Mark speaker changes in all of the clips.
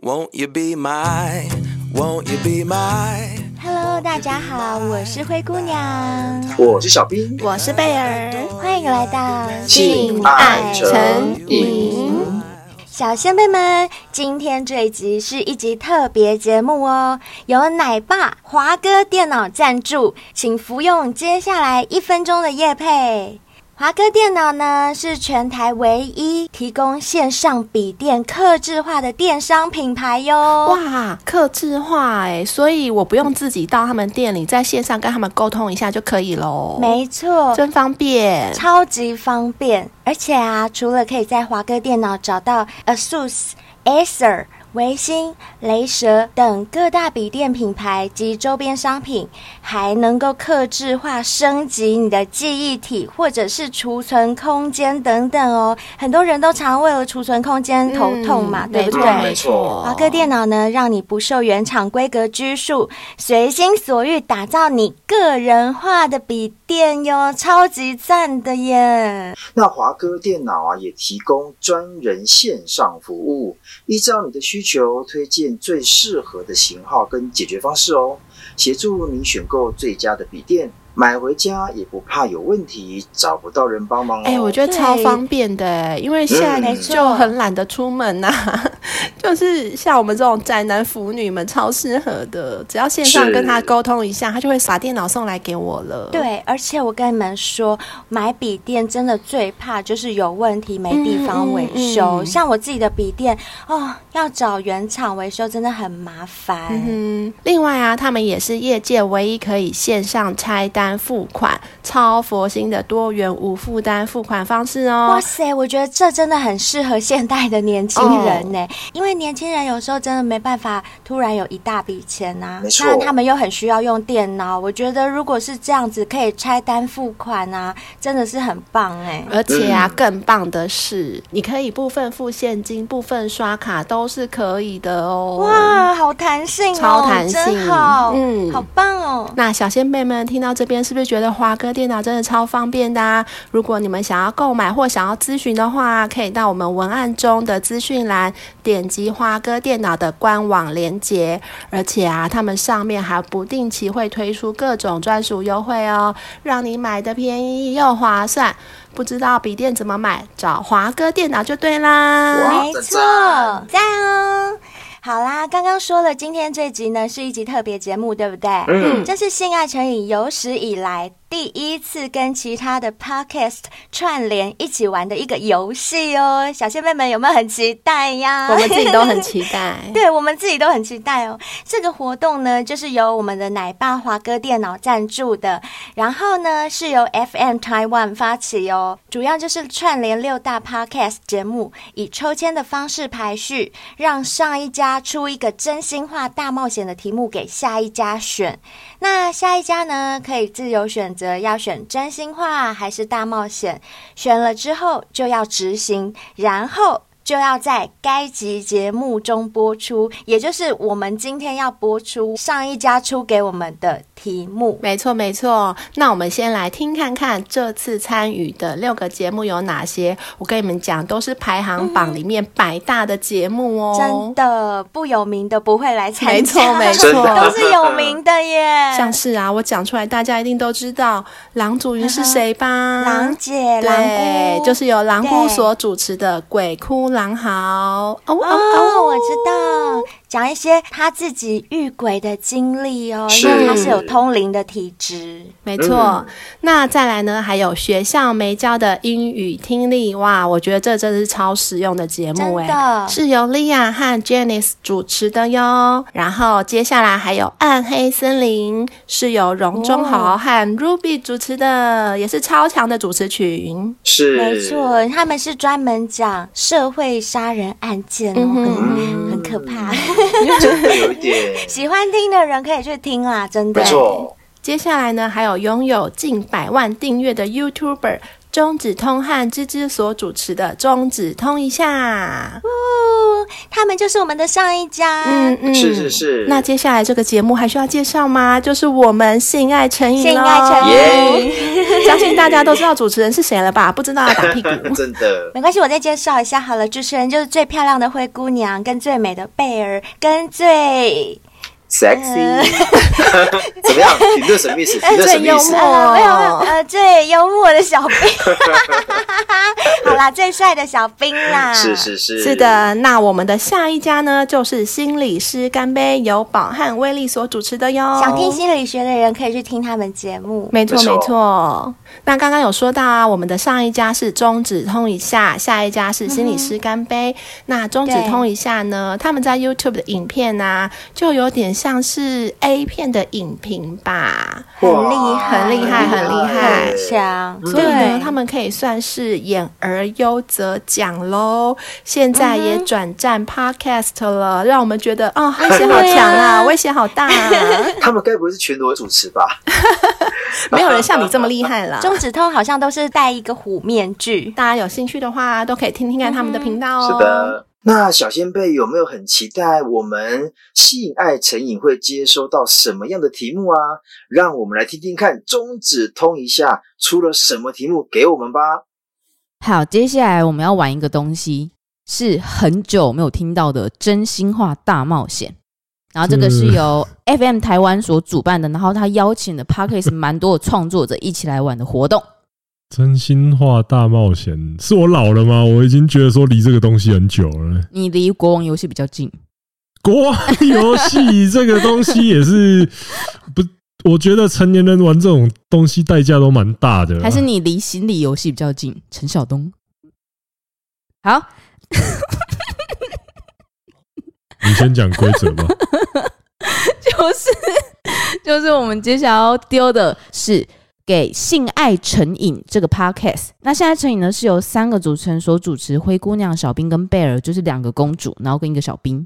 Speaker 1: Won't you be my? Won't you be my?
Speaker 2: Hello，大家好，我是灰姑娘，
Speaker 3: 我是小兵，
Speaker 4: 我是贝尔，
Speaker 2: 欢迎来到
Speaker 3: 性爱成
Speaker 4: 瘾。
Speaker 2: 小先辈们，今天这一集是一集特别节目哦，由奶爸华哥电脑赞助，请服用接下来一分钟的夜配。华哥电脑呢是全台唯一提供线上笔电客制化的电商品牌哟。
Speaker 4: 哇，克制化哎，所以我不用自己到他们店里，在线上跟他们沟通一下就可以喽。，
Speaker 2: 没错，
Speaker 4: 真方便。
Speaker 2: 超级方便，而且啊，除了可以在华哥电脑找到呃 ASUS、Acer、维星、雷蛇等各大笔电品牌及周边商品，还能够克制化升级你的记忆体或者是储存空间等等哦。很多人都常为了储存空间头痛嘛，
Speaker 4: 嗯
Speaker 2: 对不
Speaker 4: 没错
Speaker 2: 对？
Speaker 4: 没错，
Speaker 2: 华哥电脑呢，让你不受原厂规格拘束，随心所欲打造你个人化的笔电哟，超级赞的耶！
Speaker 3: 那华哥电脑啊也提供专人线上服务，依照你的需求推荐最适合的型号跟解决方式哦，协助你选购最佳的笔电，买回家也不怕有问题找不到人帮忙哦。
Speaker 4: 哎、我觉得超方便的哎，因为现在
Speaker 2: 嗯
Speaker 3: 没
Speaker 4: 就
Speaker 2: 错
Speaker 4: 很懒得出门呐、 就是像我们这种宅男腐女们超适合的，只要线上
Speaker 3: 是
Speaker 4: 跟他沟通一下，他就会把电脑送来给我了。，
Speaker 2: 对，而且我跟你们说，买笔电真的最怕就是有问题没地方维修。
Speaker 4: 嗯嗯嗯
Speaker 2: 像我自己的笔电哦，要找原厂维修真的很麻烦。
Speaker 4: 嗯，另外啊，他们也是业界唯一可以线上拆单付款、超佛心的多元无负担付款方式哦
Speaker 2: 哇。塞，我觉得这真的很适合现代的年轻人呢、因为年轻人有时候真的没办法突然有一大笔钱呐、
Speaker 3: 没错
Speaker 2: 那他们又很需要用电脑。我觉得如果是这样子，可以拆单付款啊，真的是很棒哎、
Speaker 4: 而且啊，
Speaker 3: 嗯
Speaker 4: 更棒的是，你可以部分付现金、部分刷卡都是可以的哦。！
Speaker 2: 哇，好弹性哦，
Speaker 4: 超弹性
Speaker 2: 真好，
Speaker 4: 嗯
Speaker 2: 好棒哦。
Speaker 4: 那小先辈们听到这边，是不是觉得华哥电脑真的超方便的、啊？如果你们想要购买或想要咨询的话，可以到我们文案中的资讯栏点击华哥电脑的官网链接。而且啊，他们上面还不定期会推出各种专属优惠哦，让你买的便宜又划算。不知道笔电怎么买，找华哥电脑就对啦。
Speaker 3: 哇
Speaker 2: 没
Speaker 3: 赞
Speaker 2: 错，赞哦！好啦，刚刚说了，今天这集呢是一集特别节目，对不对？
Speaker 3: 嗯
Speaker 2: 这是性爱成瘾有史以来第一次跟其他的 podcast 串联一起玩的一个游戏哦，小仙妹们有没有很期待呀？
Speaker 4: 我们自己都很期待。
Speaker 2: 对我们自己都很期待哦。这个活动呢，就是由我们的奶爸华哥电脑赞助的，然后呢是由 FM Taiwan 发起哦，主要就是串联六大 podcast 节目，以抽签的方式排序，让上一家出一个真心话大冒险的题目给下一家选。那下一家呢，可以自由选择要选真心话还是大冒险，选了之后就要执行，然后。就要在该集节目中播出，也就是我们今天要播出上一家出给我们的题目。
Speaker 4: 没错，没错。那我们先来听看看这次参与的六个节目有哪些。我跟你们讲，都是排行榜里面百大的节目哦。
Speaker 2: 真的不有名的不会来参
Speaker 4: 没
Speaker 2: 加，
Speaker 4: 错，没
Speaker 3: 真的
Speaker 2: 都
Speaker 4: 错。
Speaker 2: 是有名的耶。
Speaker 4: 像是啊，我讲出来，大家一定都知道郎祖云是谁吧？
Speaker 2: 狼姐、狼
Speaker 4: 对，
Speaker 2: 姑，
Speaker 4: 就是由狼姑
Speaker 2: 对
Speaker 4: 所主持的《鬼哭狼嚎》哦哦
Speaker 2: 哦，
Speaker 4: 哦，
Speaker 2: 我知道，讲一些她自己遇鬼的经历哦，
Speaker 3: 是
Speaker 2: 因为她是有通灵的体质。
Speaker 4: 没错，
Speaker 3: 嗯
Speaker 4: 那再来呢，还有学校没教的英语听力，哇，我觉得这真是超实用的节目
Speaker 2: 真的
Speaker 4: 哎，是由莉亚和 Janice 主持的哟。然后接下来还有《暗黑森林》，是由荣中
Speaker 2: 哦
Speaker 4: 豪和 Ruby 主持的，也是超强的主持群。
Speaker 3: 是
Speaker 2: 没错，他们是专门讲社会杀人案件哦，
Speaker 4: 嗯哼
Speaker 2: 很很可怕。
Speaker 3: 真的有一点，
Speaker 2: 喜欢听的人可以去听啦，真的
Speaker 3: 没。错，
Speaker 4: 接下来呢，还有拥有近百万订阅的 YouTuber 中指通和芝芝所主持的《中指通一下》。
Speaker 2: 哦，他们就是我们的上一家。
Speaker 4: 嗯嗯，
Speaker 3: 是是是
Speaker 4: 那接下来这个节目还需要介绍吗？就是我们性爱成瘾
Speaker 2: 性
Speaker 4: 咯
Speaker 2: 爱成瘾
Speaker 4: 哦相信大家都知道主持人是谁了吧？不知道要打屁股。
Speaker 3: 真的，
Speaker 2: 没关系，我再介绍一下好了。主持人就是最漂亮的灰姑娘，跟最美的贝儿，跟最
Speaker 3: sexy，怎么 样？评论什么意 思？评论什么意思
Speaker 2: 呃
Speaker 4: 呃最幽？默
Speaker 2: 没有没有呃最幽默的 小兵，好啦，最帅的小兵啦，
Speaker 3: 是是是，
Speaker 4: 啊是，的，那我们的下一家呢，就是心理师干杯，由宝汉威利所主持的哟。
Speaker 2: 想听心理学的人可以去听他们节目。
Speaker 4: 没错
Speaker 3: 没错
Speaker 4: 没错。那刚刚有说到啊，我们的上一家是中指通一下，下一家是心理师干杯。那中指通一下呢，他们在 YouTube 的影片啊，就有点像是 A 片的影评吧。
Speaker 2: 很
Speaker 3: 哇
Speaker 2: 厉害，
Speaker 4: 很厉害很厉害
Speaker 2: 很强。
Speaker 4: 所以呢
Speaker 2: 对，
Speaker 4: 他们可以算是演而优则奖喽。现在也转
Speaker 2: 嗯
Speaker 4: 战 Podcast 了，让我们觉得 哦，威胁好强啊，威胁好大啊，
Speaker 3: 他们该不会是全裸主持吧？
Speaker 4: 没有人像你这么厉害 啦。
Speaker 2: 中指通好像都是戴一个虎面具。
Speaker 4: 大家有兴趣的话，都可以听听看他们的频道哦。
Speaker 3: 是的。那小先辈有没有很期待我们性爱成瘾会接收到什么样的题目啊？让我们来听听看，中指通一下出了什么题目给我们吧。
Speaker 5: 好，接下来我们要玩一个东西，是很久没有听到的真心话大冒险。然后这个是由 FM 台湾所主办的，然后他邀请了 Parkes 蛮多的创作者一起来玩的活动。
Speaker 6: 真心话大冒险，是我老了吗？我已经觉得说离这个东西很久了。
Speaker 5: 你离国王游戏比较近，
Speaker 6: 国王游戏这个东西也是不，我觉得成年人玩这种东西代价都蛮大的啊。
Speaker 5: 还是你离心理游戏比较近？陈晓东。好，
Speaker 6: 你先讲规则 吧。
Speaker 5: 就是 就是我们接下来要丢的是给性爱成瘾这个 podcast。那性爱成瘾呢是由三个主持人所主持，灰姑娘、小冰跟贝尔就是两个公主，然后跟一个小兵。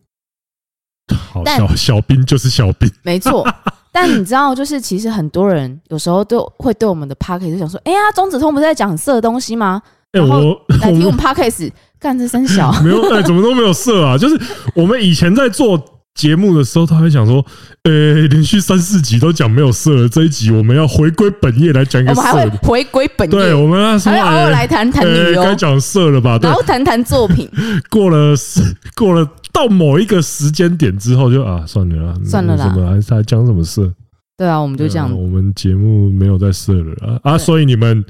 Speaker 6: 好，
Speaker 5: 但
Speaker 6: 小小兵就是小兵，
Speaker 5: 没错。 但你知道，就是其实很多人有时候都会对我们的 podcast 就想说：“哎呀，钟子通不是在讲色的东西 吗？
Speaker 6: 哎、
Speaker 5: 然后
Speaker 6: 我
Speaker 5: 来听我们
Speaker 6: 我
Speaker 5: podcast，干这三 小。
Speaker 6: 没有哎、怎么都没有射啊！就是我们以前在做节目的时候，他还想说，呃、连续三四集都讲没有射了，这一集我们要回归本业来讲一”
Speaker 5: 我
Speaker 6: 个
Speaker 5: 们
Speaker 6: 射
Speaker 5: 还会
Speaker 6: 的。
Speaker 5: 回归本
Speaker 6: 对，
Speaker 5: 业，
Speaker 6: 我们那时候
Speaker 5: 还会偶尔
Speaker 6: 哎
Speaker 5: 来谈谈
Speaker 6: 呃
Speaker 5: 旅游
Speaker 6: 该讲色了吧？对
Speaker 5: 然，后谈谈作 品。
Speaker 6: 过了时过了到某一个时间点之后就，啊，算了啦，
Speaker 5: 算了啦
Speaker 6: 什么还是还讲什么色？
Speaker 5: 对啊，我们就这样
Speaker 6: 对啊我们节目没有在色了啊
Speaker 5: 对
Speaker 6: 啊！所以你们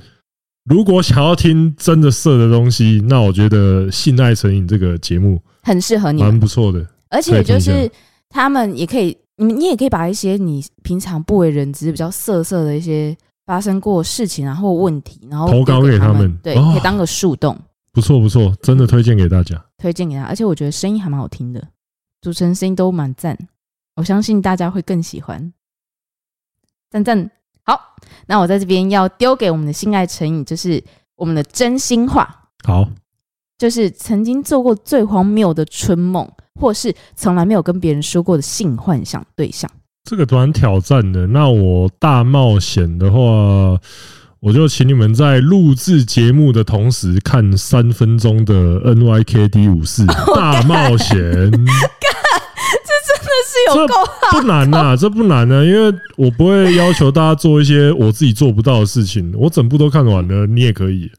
Speaker 6: 如果想要听真的色的东西，那我觉得《性爱成瘾》这个节目
Speaker 5: 很适合你们
Speaker 6: 蛮。不错的。
Speaker 5: 而且就
Speaker 6: 对听一
Speaker 5: 是他们也可以，你们你也可以把一些你平常不为人知、比较色色的一些发生过事情啊，或问题，然后
Speaker 6: 投稿
Speaker 5: 丢
Speaker 6: 给
Speaker 5: 他
Speaker 6: 他们
Speaker 5: 对，
Speaker 6: 哦
Speaker 5: 可以当个树洞
Speaker 6: 不错不错，真的推荐给大家。
Speaker 5: 推荐给他。而且我觉得声音还蛮好听的，主持人声音都蛮赞，我相信大家会更喜欢。赞赞，好，那我在这边要丢给我们的性爱成瘾，就是我们的真心话。
Speaker 6: 好，
Speaker 5: 就是曾经做过最荒谬的春梦，或是从来没有跟别人说过的性幻想对象。
Speaker 6: 这个蛮挑战的。那我大冒险的话，我就请你们在录制节目的同时看三分钟的 NYKD 五四
Speaker 5: 哦
Speaker 6: 大冒险。
Speaker 5: 这是有够
Speaker 6: 不难呐、这不难啊呢、因为我不会要求大家做一些我自己做不到的事情。我整部都看完了，你也可以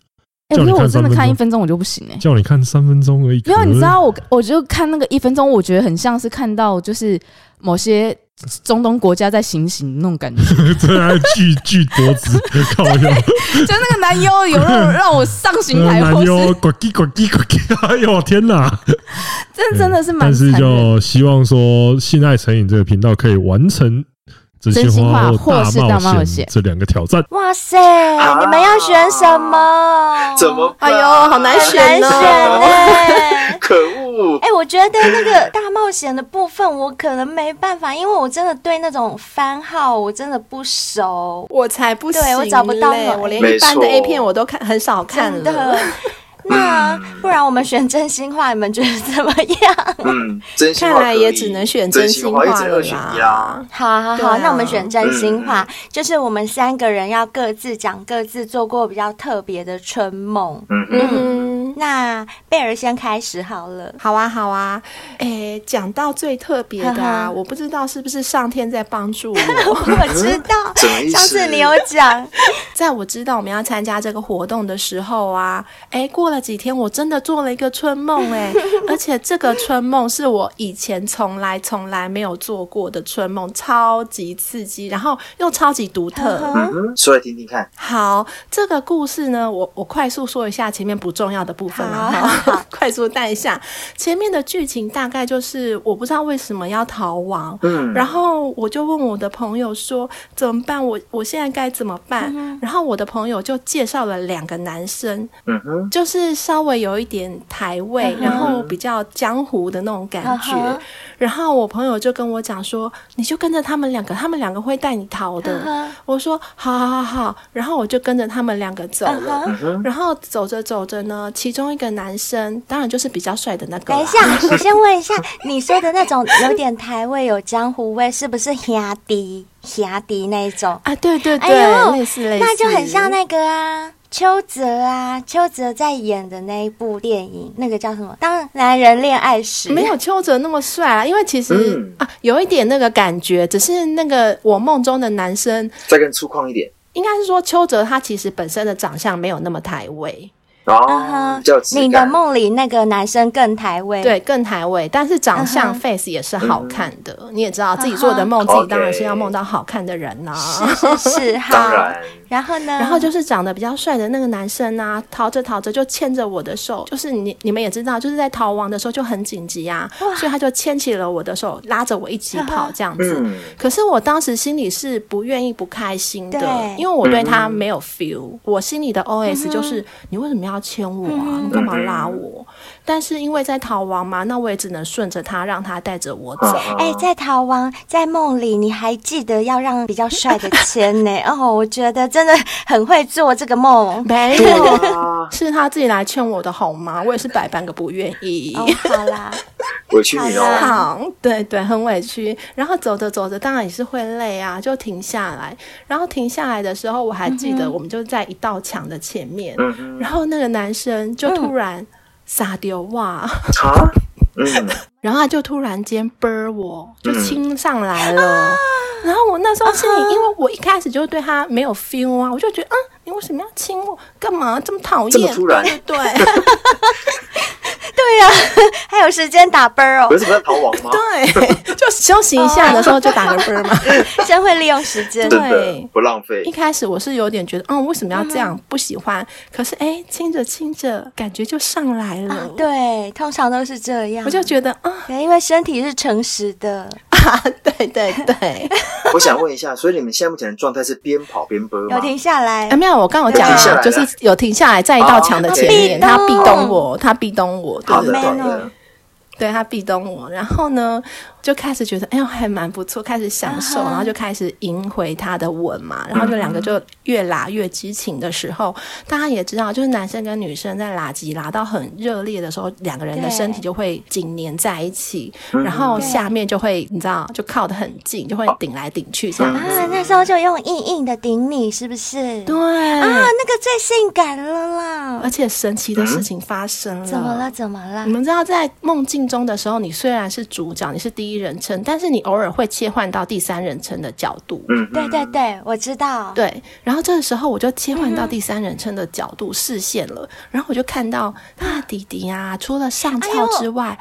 Speaker 5: 哎、
Speaker 6: 叫
Speaker 5: 如
Speaker 6: 你
Speaker 5: 果我
Speaker 6: 看
Speaker 5: 真的
Speaker 6: 三分
Speaker 5: 看一
Speaker 6: 钟
Speaker 5: 分钟，我就不行哎、
Speaker 6: 叫你看三分钟而已。
Speaker 5: 因为你知道我，我就看那个一分钟，我觉得很像是看到就是某些中东国家在行刑那种 感觉，
Speaker 6: 可是，这还巨巨多 子，靠腰，
Speaker 5: 就那个男优有让我让我上刑台，
Speaker 6: 嗯男
Speaker 5: 或
Speaker 6: 优
Speaker 5: 是
Speaker 6: 呱唧呱唧呱唧，哎呦天哪！
Speaker 5: 真真的是蛮
Speaker 6: 但是
Speaker 5: 残忍。
Speaker 6: 就希望说，性爱成瘾这个频道可以完成真
Speaker 5: 真心话
Speaker 6: 话
Speaker 5: 或是大
Speaker 6: 大
Speaker 5: 冒
Speaker 6: 冒
Speaker 5: 险
Speaker 6: 这两个挑战。
Speaker 2: 哇塞，你们要选什么？
Speaker 3: 啊怎么？
Speaker 4: 哎
Speaker 3: 办？
Speaker 4: 呦，好难
Speaker 2: 很难
Speaker 4: 选
Speaker 2: 选
Speaker 4: 哦。
Speaker 2: 哎、
Speaker 3: 可恶！
Speaker 2: 哎、我觉得那个大冒险的部分，我可能没办法，因为我真的对那种番号我真的不熟，
Speaker 4: 我才不行嘞，
Speaker 2: 对我找不到那种
Speaker 4: 我连
Speaker 3: 没
Speaker 4: 一般的
Speaker 3: 错
Speaker 4: A 片我都看很少看
Speaker 2: 真
Speaker 4: 了
Speaker 2: 的。 那不然我们选真心话，你们觉得怎么样？
Speaker 3: 嗯，真心
Speaker 4: 哎看
Speaker 3: 话
Speaker 4: 来
Speaker 3: 可
Speaker 4: 也
Speaker 3: 以
Speaker 4: 只能选
Speaker 3: 真
Speaker 4: 心
Speaker 3: 话，也只能
Speaker 4: 了
Speaker 3: 二选一啦。
Speaker 4: 啦。
Speaker 2: 好好
Speaker 4: 对
Speaker 2: 好，
Speaker 4: 啊
Speaker 2: 那我们选真心 话，就是我们三个人要各自讲各自做过比较特别的春梦。
Speaker 3: 嗯哼，
Speaker 4: 嗯，
Speaker 2: 那贝尔先开始好了。
Speaker 4: 好啊，好啊。诶，讲到最特别的
Speaker 2: 呵呵
Speaker 4: 啊，我不知道是不是上天在帮助 我。
Speaker 2: 我知 道
Speaker 3: 什么，意思
Speaker 2: 上次你有 讲，
Speaker 4: 在我知道我们要参加这个活动的时候啊，诶，过了几天，我真的做了一个春 梦、诶，而且这个春梦是我以前从来从来没有做过的春梦，超级刺激，然后又超级独特。
Speaker 3: 嗯哼，说来听听看。
Speaker 4: 好，这个故事呢，我我快速说一下前面不重要的部分啊，
Speaker 2: 好好好
Speaker 4: 快速带一下前面的剧情，大概就是我不知道为什么要逃亡。
Speaker 3: 嗯，
Speaker 4: 然后我就问我的朋友说怎么办？我我现在该怎么
Speaker 2: 嗯
Speaker 4: 办？然后我的朋友就介绍了两个男生，
Speaker 3: 嗯哼，
Speaker 4: 就是稍微有一点台位，然后比较江湖的那种感觉。
Speaker 2: 嗯哼
Speaker 4: 然后我朋友就跟我讲说，你就跟着他们两个，他们两个会带你逃的。
Speaker 2: 嗯哼
Speaker 4: 我说好好好好，然后我就跟着他们两个走
Speaker 2: 嗯
Speaker 4: 了。
Speaker 2: 哼
Speaker 4: 然后走着走着呢，其中一个男生，当然就是比较帅的那个啦。
Speaker 2: 等一下，我先问一下，你说的那种有点台味、有江湖味，是不是虾迪虾迪那一种？
Speaker 4: 啊，对对对，类似类似，
Speaker 2: 哎那就很像那个啊，邱泽啊，邱泽在演的那一部电影，那个叫什么？当男人恋爱时，
Speaker 4: 没有邱泽那么帅啊，因为其实、
Speaker 3: 嗯
Speaker 4: 啊有一点那个感觉，只是那个我梦中的男生，
Speaker 3: 再更粗犷一点。
Speaker 4: 应该是说邱泽他其实本身的长相没有那么台味，
Speaker 3: 哦，
Speaker 2: 嗯
Speaker 3: 比较有质
Speaker 2: 哼，你的
Speaker 3: 感。
Speaker 2: 梦里那个男生更台味，，
Speaker 4: 对，更台味，但是长相 face 也是好看的。你也知道自己做的梦，自己当然是要梦到好看的人 啦、
Speaker 2: 是是是，好。
Speaker 3: 当然，
Speaker 2: 然后呢？
Speaker 4: 然后就是长得比较帅的那个男生啊，逃着逃着就牵着我的手，就是你你们也知道，就是在逃亡的时候就很紧急啊，所以他就牵起了我的手，拉着我一起跑这样子。
Speaker 3: 嗯，
Speaker 4: 可是我当时心里是不愿意、不开心的
Speaker 2: 对，嗯
Speaker 4: 因为我对他没有 feel。我心里的 OS 就是：你为什么要牵我啊？你干嘛拉我？但是因为在逃亡嘛，那我也只能顺着他，让他带着我
Speaker 3: 嗯
Speaker 4: 走。
Speaker 2: 哎、在逃亡，在梦里，你还记得要让比较帅的签 呢？哦，我觉得真的很会做这个 梦。
Speaker 4: 没
Speaker 3: 对
Speaker 4: 有，
Speaker 3: 啊，
Speaker 4: 是他自己来劝我的好吗？我也是百般个不愿意。
Speaker 2: 哦，好啦，
Speaker 3: 委屈你
Speaker 2: 好啦
Speaker 3: 哦。
Speaker 4: 好，对对，很委屈。然后走着走着，当然也是会累啊，就停下来。然后停下来的时候，我还记得我们就在一道墙的前面，
Speaker 3: 嗯哼，嗯
Speaker 4: 然后那个男生就突然撒丢袜，
Speaker 3: 啊，嗯，
Speaker 4: 然后他就突然间啵我，就亲上来了。
Speaker 3: 啊
Speaker 4: 然后我那时候心里，因为我一开始就对他没有 feel 啊，我就觉得，嗯，你为什么要亲我？干嘛这么讨
Speaker 3: 这么
Speaker 4: 厌？
Speaker 3: 突然
Speaker 4: 对对
Speaker 2: 对呀、还有时间打啵儿
Speaker 3: 有
Speaker 2: 哦，
Speaker 3: 什么在逃亡吗？
Speaker 4: 对， 对就休息一下的时候就打个啵嘛。
Speaker 2: 真会利用时间。
Speaker 3: 真的
Speaker 4: 对
Speaker 3: 不浪费
Speaker 4: 一。开始我是有点觉得，嗯，为什么要这样？不喜欢。可是哎，亲着亲着，感觉就上来了。
Speaker 2: 啊，对，通常都是这样。
Speaker 4: 我就觉得啊，
Speaker 2: 对，因为身体是诚实的，
Speaker 4: 对对 对，
Speaker 3: 我想问一下，所以你们现在目前的状态是边跑边播
Speaker 2: 有
Speaker 3: 吗？
Speaker 2: 停下来
Speaker 4: 哎，。没有，我刚有讲
Speaker 3: 停下来
Speaker 4: 啊
Speaker 3: 了，
Speaker 4: 就是有停下来，在一道墙的前面，
Speaker 2: 哦他
Speaker 4: 他
Speaker 2: 壁
Speaker 4: 壁
Speaker 2: 咚
Speaker 4: 咚我，他壁咚我，对
Speaker 3: 好
Speaker 4: 对
Speaker 3: 的，
Speaker 2: 没有
Speaker 3: 好
Speaker 4: 对，
Speaker 3: 的。
Speaker 4: 对他壁咚我，然后呢，就开始觉得，哎呦，还蛮不错，开始享
Speaker 2: 啊
Speaker 4: 受，然后就开始赢回他的吻嘛，然后
Speaker 2: 嗯
Speaker 4: 就两个就越拉越激情的时候，大家也知道，就是男生跟女生在拉鸡拉到很热烈的时候，两个人的
Speaker 2: 对
Speaker 4: 身体就会紧粘在一起，
Speaker 2: 嗯
Speaker 4: 然后下面就会，你知道，就靠得很近，就会顶来顶去这样
Speaker 2: 啊
Speaker 4: 子，，
Speaker 2: 那时候就用硬硬的顶你，是不是？
Speaker 4: 对哎
Speaker 2: 啊，那个最性感了啦
Speaker 4: 而。且神奇的事情发生了。
Speaker 2: 怎么了？？怎么了
Speaker 4: 你？们知道，在梦境中的时候，你虽然是主角，你是第一人称，但是你偶尔会切换到第三人称的角度。
Speaker 3: 嗯，
Speaker 2: 对对对，我知道。
Speaker 4: 对，然后这个时候我就切换到第三人称的角度视线了，然后我就看到他的弟弟啊，除了上
Speaker 2: 哎
Speaker 4: 翘
Speaker 2: 呦
Speaker 4: 之外，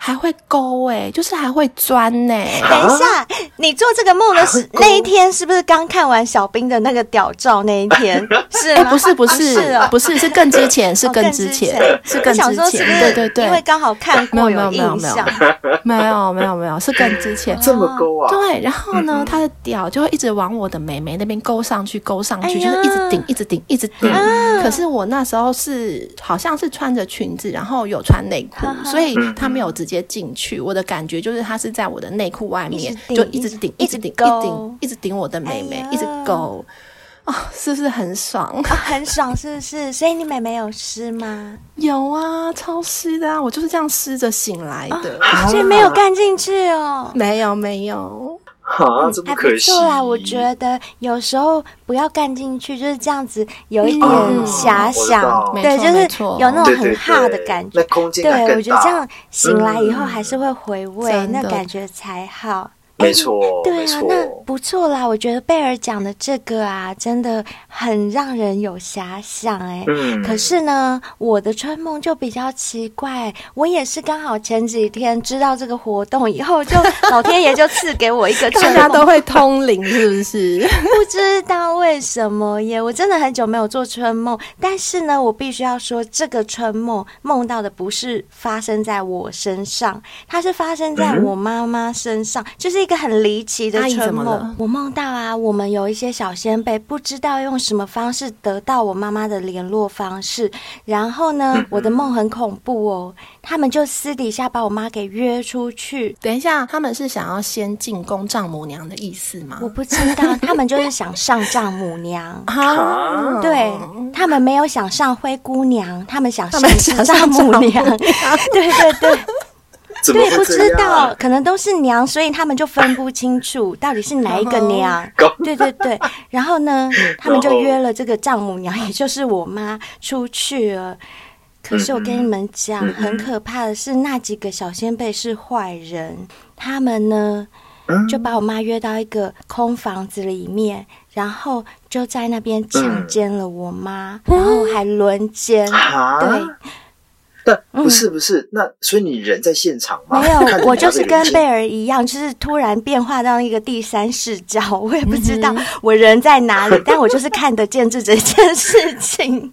Speaker 4: 还会勾哎、就是还会钻呢、
Speaker 2: 等一
Speaker 4: 啊
Speaker 2: 下，你做这个梦的时那一天，是不是刚看完小兵的那个屌照那一 天？是吗？
Speaker 4: 哎不是不
Speaker 2: 啊
Speaker 4: 是、
Speaker 2: 是哦
Speaker 4: 不是是更之前是
Speaker 2: 哦
Speaker 4: 更
Speaker 2: 之
Speaker 4: 之前、是更
Speaker 2: 我想
Speaker 4: 之
Speaker 2: 说是
Speaker 4: 前
Speaker 2: 不是
Speaker 4: 对对对，
Speaker 2: 因为刚好看
Speaker 4: 没
Speaker 2: 过
Speaker 4: 有没有没有
Speaker 2: 印
Speaker 4: 没有
Speaker 2: 象。
Speaker 4: 没有没有没有是更之前
Speaker 3: 这么勾啊？
Speaker 4: 对，然后
Speaker 2: 嗯
Speaker 4: 呢，他的屌就会一直往我的美眉那边勾上去，勾上去，
Speaker 2: 哎
Speaker 4: 就
Speaker 2: 呀嗯
Speaker 4: 是一直顶，一直顶，一直顶。可是我那时候是好像是穿着裙子，然后有穿内裤，所以
Speaker 2: 嗯
Speaker 4: 他没有直接进去。我的感觉就是他是在我的内裤外面，
Speaker 2: 一直顶
Speaker 4: 就一直顶，
Speaker 2: 一
Speaker 4: 一
Speaker 2: 直
Speaker 4: 直
Speaker 2: 顶一
Speaker 4: 顶，
Speaker 2: 直
Speaker 4: 一
Speaker 2: 勾
Speaker 4: 直顶，一直顶我的美
Speaker 2: 哎
Speaker 4: 眉
Speaker 2: 呀，
Speaker 4: 一直勾。哦，是不是很爽？
Speaker 2: 哦，很爽是不是？所以你妹妹有湿吗？
Speaker 4: 有啊，超湿的啊，我就是这样湿着醒来的。
Speaker 2: 所以没有干进去哦。
Speaker 4: 没有 没有，
Speaker 3: 啊，这么
Speaker 2: 还哎不
Speaker 3: 可惜
Speaker 2: 错啦，我觉得有时候不要干进去，就是这样子，有一点
Speaker 4: 嗯
Speaker 2: 遐想，
Speaker 3: 哦
Speaker 4: 我知
Speaker 2: 对，
Speaker 4: 道没错
Speaker 2: 就是
Speaker 4: 没错
Speaker 2: 有那
Speaker 3: 对
Speaker 2: 种
Speaker 3: 对
Speaker 2: 很
Speaker 3: 对
Speaker 2: 哈的感觉
Speaker 3: 那。空间感
Speaker 2: 对，我
Speaker 3: 更
Speaker 2: 觉得这
Speaker 3: 大
Speaker 2: 样，哎醒来以后还是会回味，
Speaker 4: 嗯
Speaker 2: 那
Speaker 4: 真的
Speaker 2: 感觉才好。
Speaker 3: 没错，
Speaker 2: 对
Speaker 3: 哦没
Speaker 2: 啊
Speaker 3: 错，，
Speaker 2: 那不错啦，我觉得贝尔讲的这个啊，真的很让人有遐想哎、
Speaker 3: 嗯，
Speaker 2: 可是呢，我的春梦就比较奇怪，我也是刚好前几天知道这个活动以后，就老天爷就赐给我一 个春梦，
Speaker 4: 大家都会通灵，是不是？
Speaker 2: 不知道为什么耶，我真的很久没有做春梦，但是呢，我必须要说，这个春梦梦到的不是发生在我身上，它是发生在我妈妈身上，就是一个很离奇的
Speaker 4: 嗯阿姨
Speaker 2: 春
Speaker 4: 怎么
Speaker 2: 梦
Speaker 4: 了。
Speaker 2: 我梦到啊，我们有一些小先辈不知道用什么方式得到我妈妈的联络方式，然后
Speaker 4: 嗯
Speaker 2: 呢，我的梦很恐怖哦，他们就私底下把我妈给约出去，
Speaker 4: 等一下，他们是想要先进宫丈母娘的意思吗
Speaker 2: 我？不知道，他们就是想上丈母娘。
Speaker 4: 啊
Speaker 2: 对他们没有想上灰姑娘，他们想
Speaker 4: 他
Speaker 2: 上
Speaker 4: 们想上
Speaker 2: 丈母
Speaker 4: 丈母
Speaker 2: 娘。 对对对
Speaker 3: 怎么
Speaker 2: 对，不
Speaker 3: 会这
Speaker 2: 知道
Speaker 3: 样？，啊
Speaker 2: 可能都是娘，所以他们就分不清楚到底是哪一个娘
Speaker 3: 搞。
Speaker 2: 对对对，然后呢，他们
Speaker 3: 然
Speaker 2: 就
Speaker 3: 后
Speaker 2: 约了这个丈母 娘，也就是我妈出去了。可是我跟你们讲，
Speaker 3: 嗯嗯
Speaker 2: 很可怕的是，那几个小先辈是坏人，他们呢
Speaker 3: 嗯
Speaker 2: 就把我妈约到一个空房子里面，然后就在那边强奸了我妈，然后还轮奸。
Speaker 3: 啊，
Speaker 2: 对，嗯
Speaker 3: 但不是不是，那所以你人在现场吗？
Speaker 2: 没
Speaker 3: 看着
Speaker 2: 有，我
Speaker 3: 你
Speaker 2: 就
Speaker 3: 要
Speaker 2: 是跟
Speaker 3: 人
Speaker 2: 贝
Speaker 3: 间
Speaker 2: 尔一样，就是突然变化到一个第三视角，我也不知道我人在哪里，但我就是看得见这整件事情。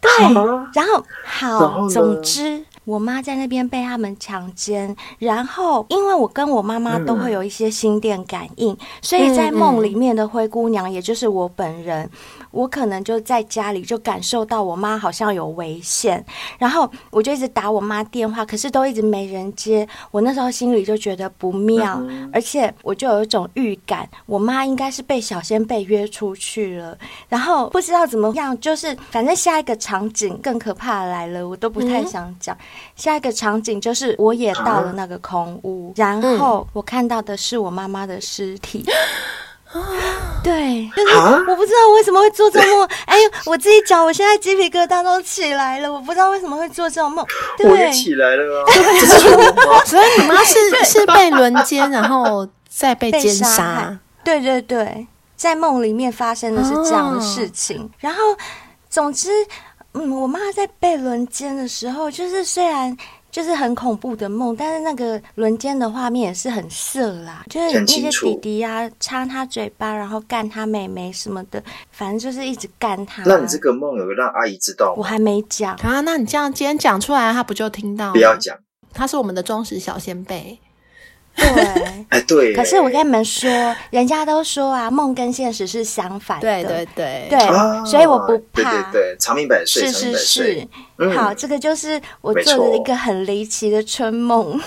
Speaker 2: 对，
Speaker 3: 啊
Speaker 2: 然后好，
Speaker 3: 然后呢
Speaker 2: 总之。我妈在那边被他们强奸，然后因为我跟我妈
Speaker 3: 嗯
Speaker 2: 妈都会有一些心电感应，所以在梦里面的灰姑娘，也就是我本人，我可能就在家里就感受到我妈好像有危险，然后我就一直打我妈电话，可是都一直没人接。我那时候心里就觉得不妙，而且我就有一种预感，我妈应该是被小仙贝约出去了。然后不知道怎么样，就是反正下一个场景更可怕的来了，我都不太想讲。下一个场景就是我也到了那个空屋，然后我看到的是我妈妈的尸体。对，就是
Speaker 3: 啊
Speaker 2: 我不知道为什么会做这种梦。 哎呦，我自己讲，我现在鸡皮疙瘩都起来了。我不知道为什么会做这种梦。
Speaker 3: 我也
Speaker 2: 对，
Speaker 3: 起来了啊！这是春梦 吗？
Speaker 4: 所以你妈是是被轮奸，然后再被
Speaker 2: 被
Speaker 4: 奸
Speaker 2: 杀
Speaker 4: 杀
Speaker 2: 害。对对对，在梦里面发生的是这样的事情。然后，总之，嗯，我妈在被轮奸的时候，就是虽然。就是很恐怖的梦，但是那个轮奸的画面也是很色啦，就是那
Speaker 3: 很清
Speaker 2: 些
Speaker 3: 楚
Speaker 2: 弟弟啊，插他嘴巴，然后干他妹妹什么的，反正就是一直干他。
Speaker 3: 那你这个梦有让阿姨知道
Speaker 2: 我
Speaker 3: 吗？
Speaker 2: 还没讲，
Speaker 4: 啊，那你这样今天讲出来，她不就听到？
Speaker 3: 不要，讲，，
Speaker 4: 她是我们的忠实小先辈。
Speaker 2: 对
Speaker 3: 哎，对。
Speaker 2: 可是我跟你们说，人家都说啊，梦跟现实是相反的，
Speaker 4: 对对对
Speaker 2: 对，
Speaker 3: 啊
Speaker 2: 所以我不怕。
Speaker 3: 对对对，长命百岁，
Speaker 2: 是
Speaker 3: 长命
Speaker 2: 是
Speaker 3: 百岁
Speaker 2: 是。，
Speaker 3: 嗯
Speaker 2: 好，这个就是我
Speaker 3: 没
Speaker 2: 做的一
Speaker 3: 错
Speaker 2: 个很离奇的春梦。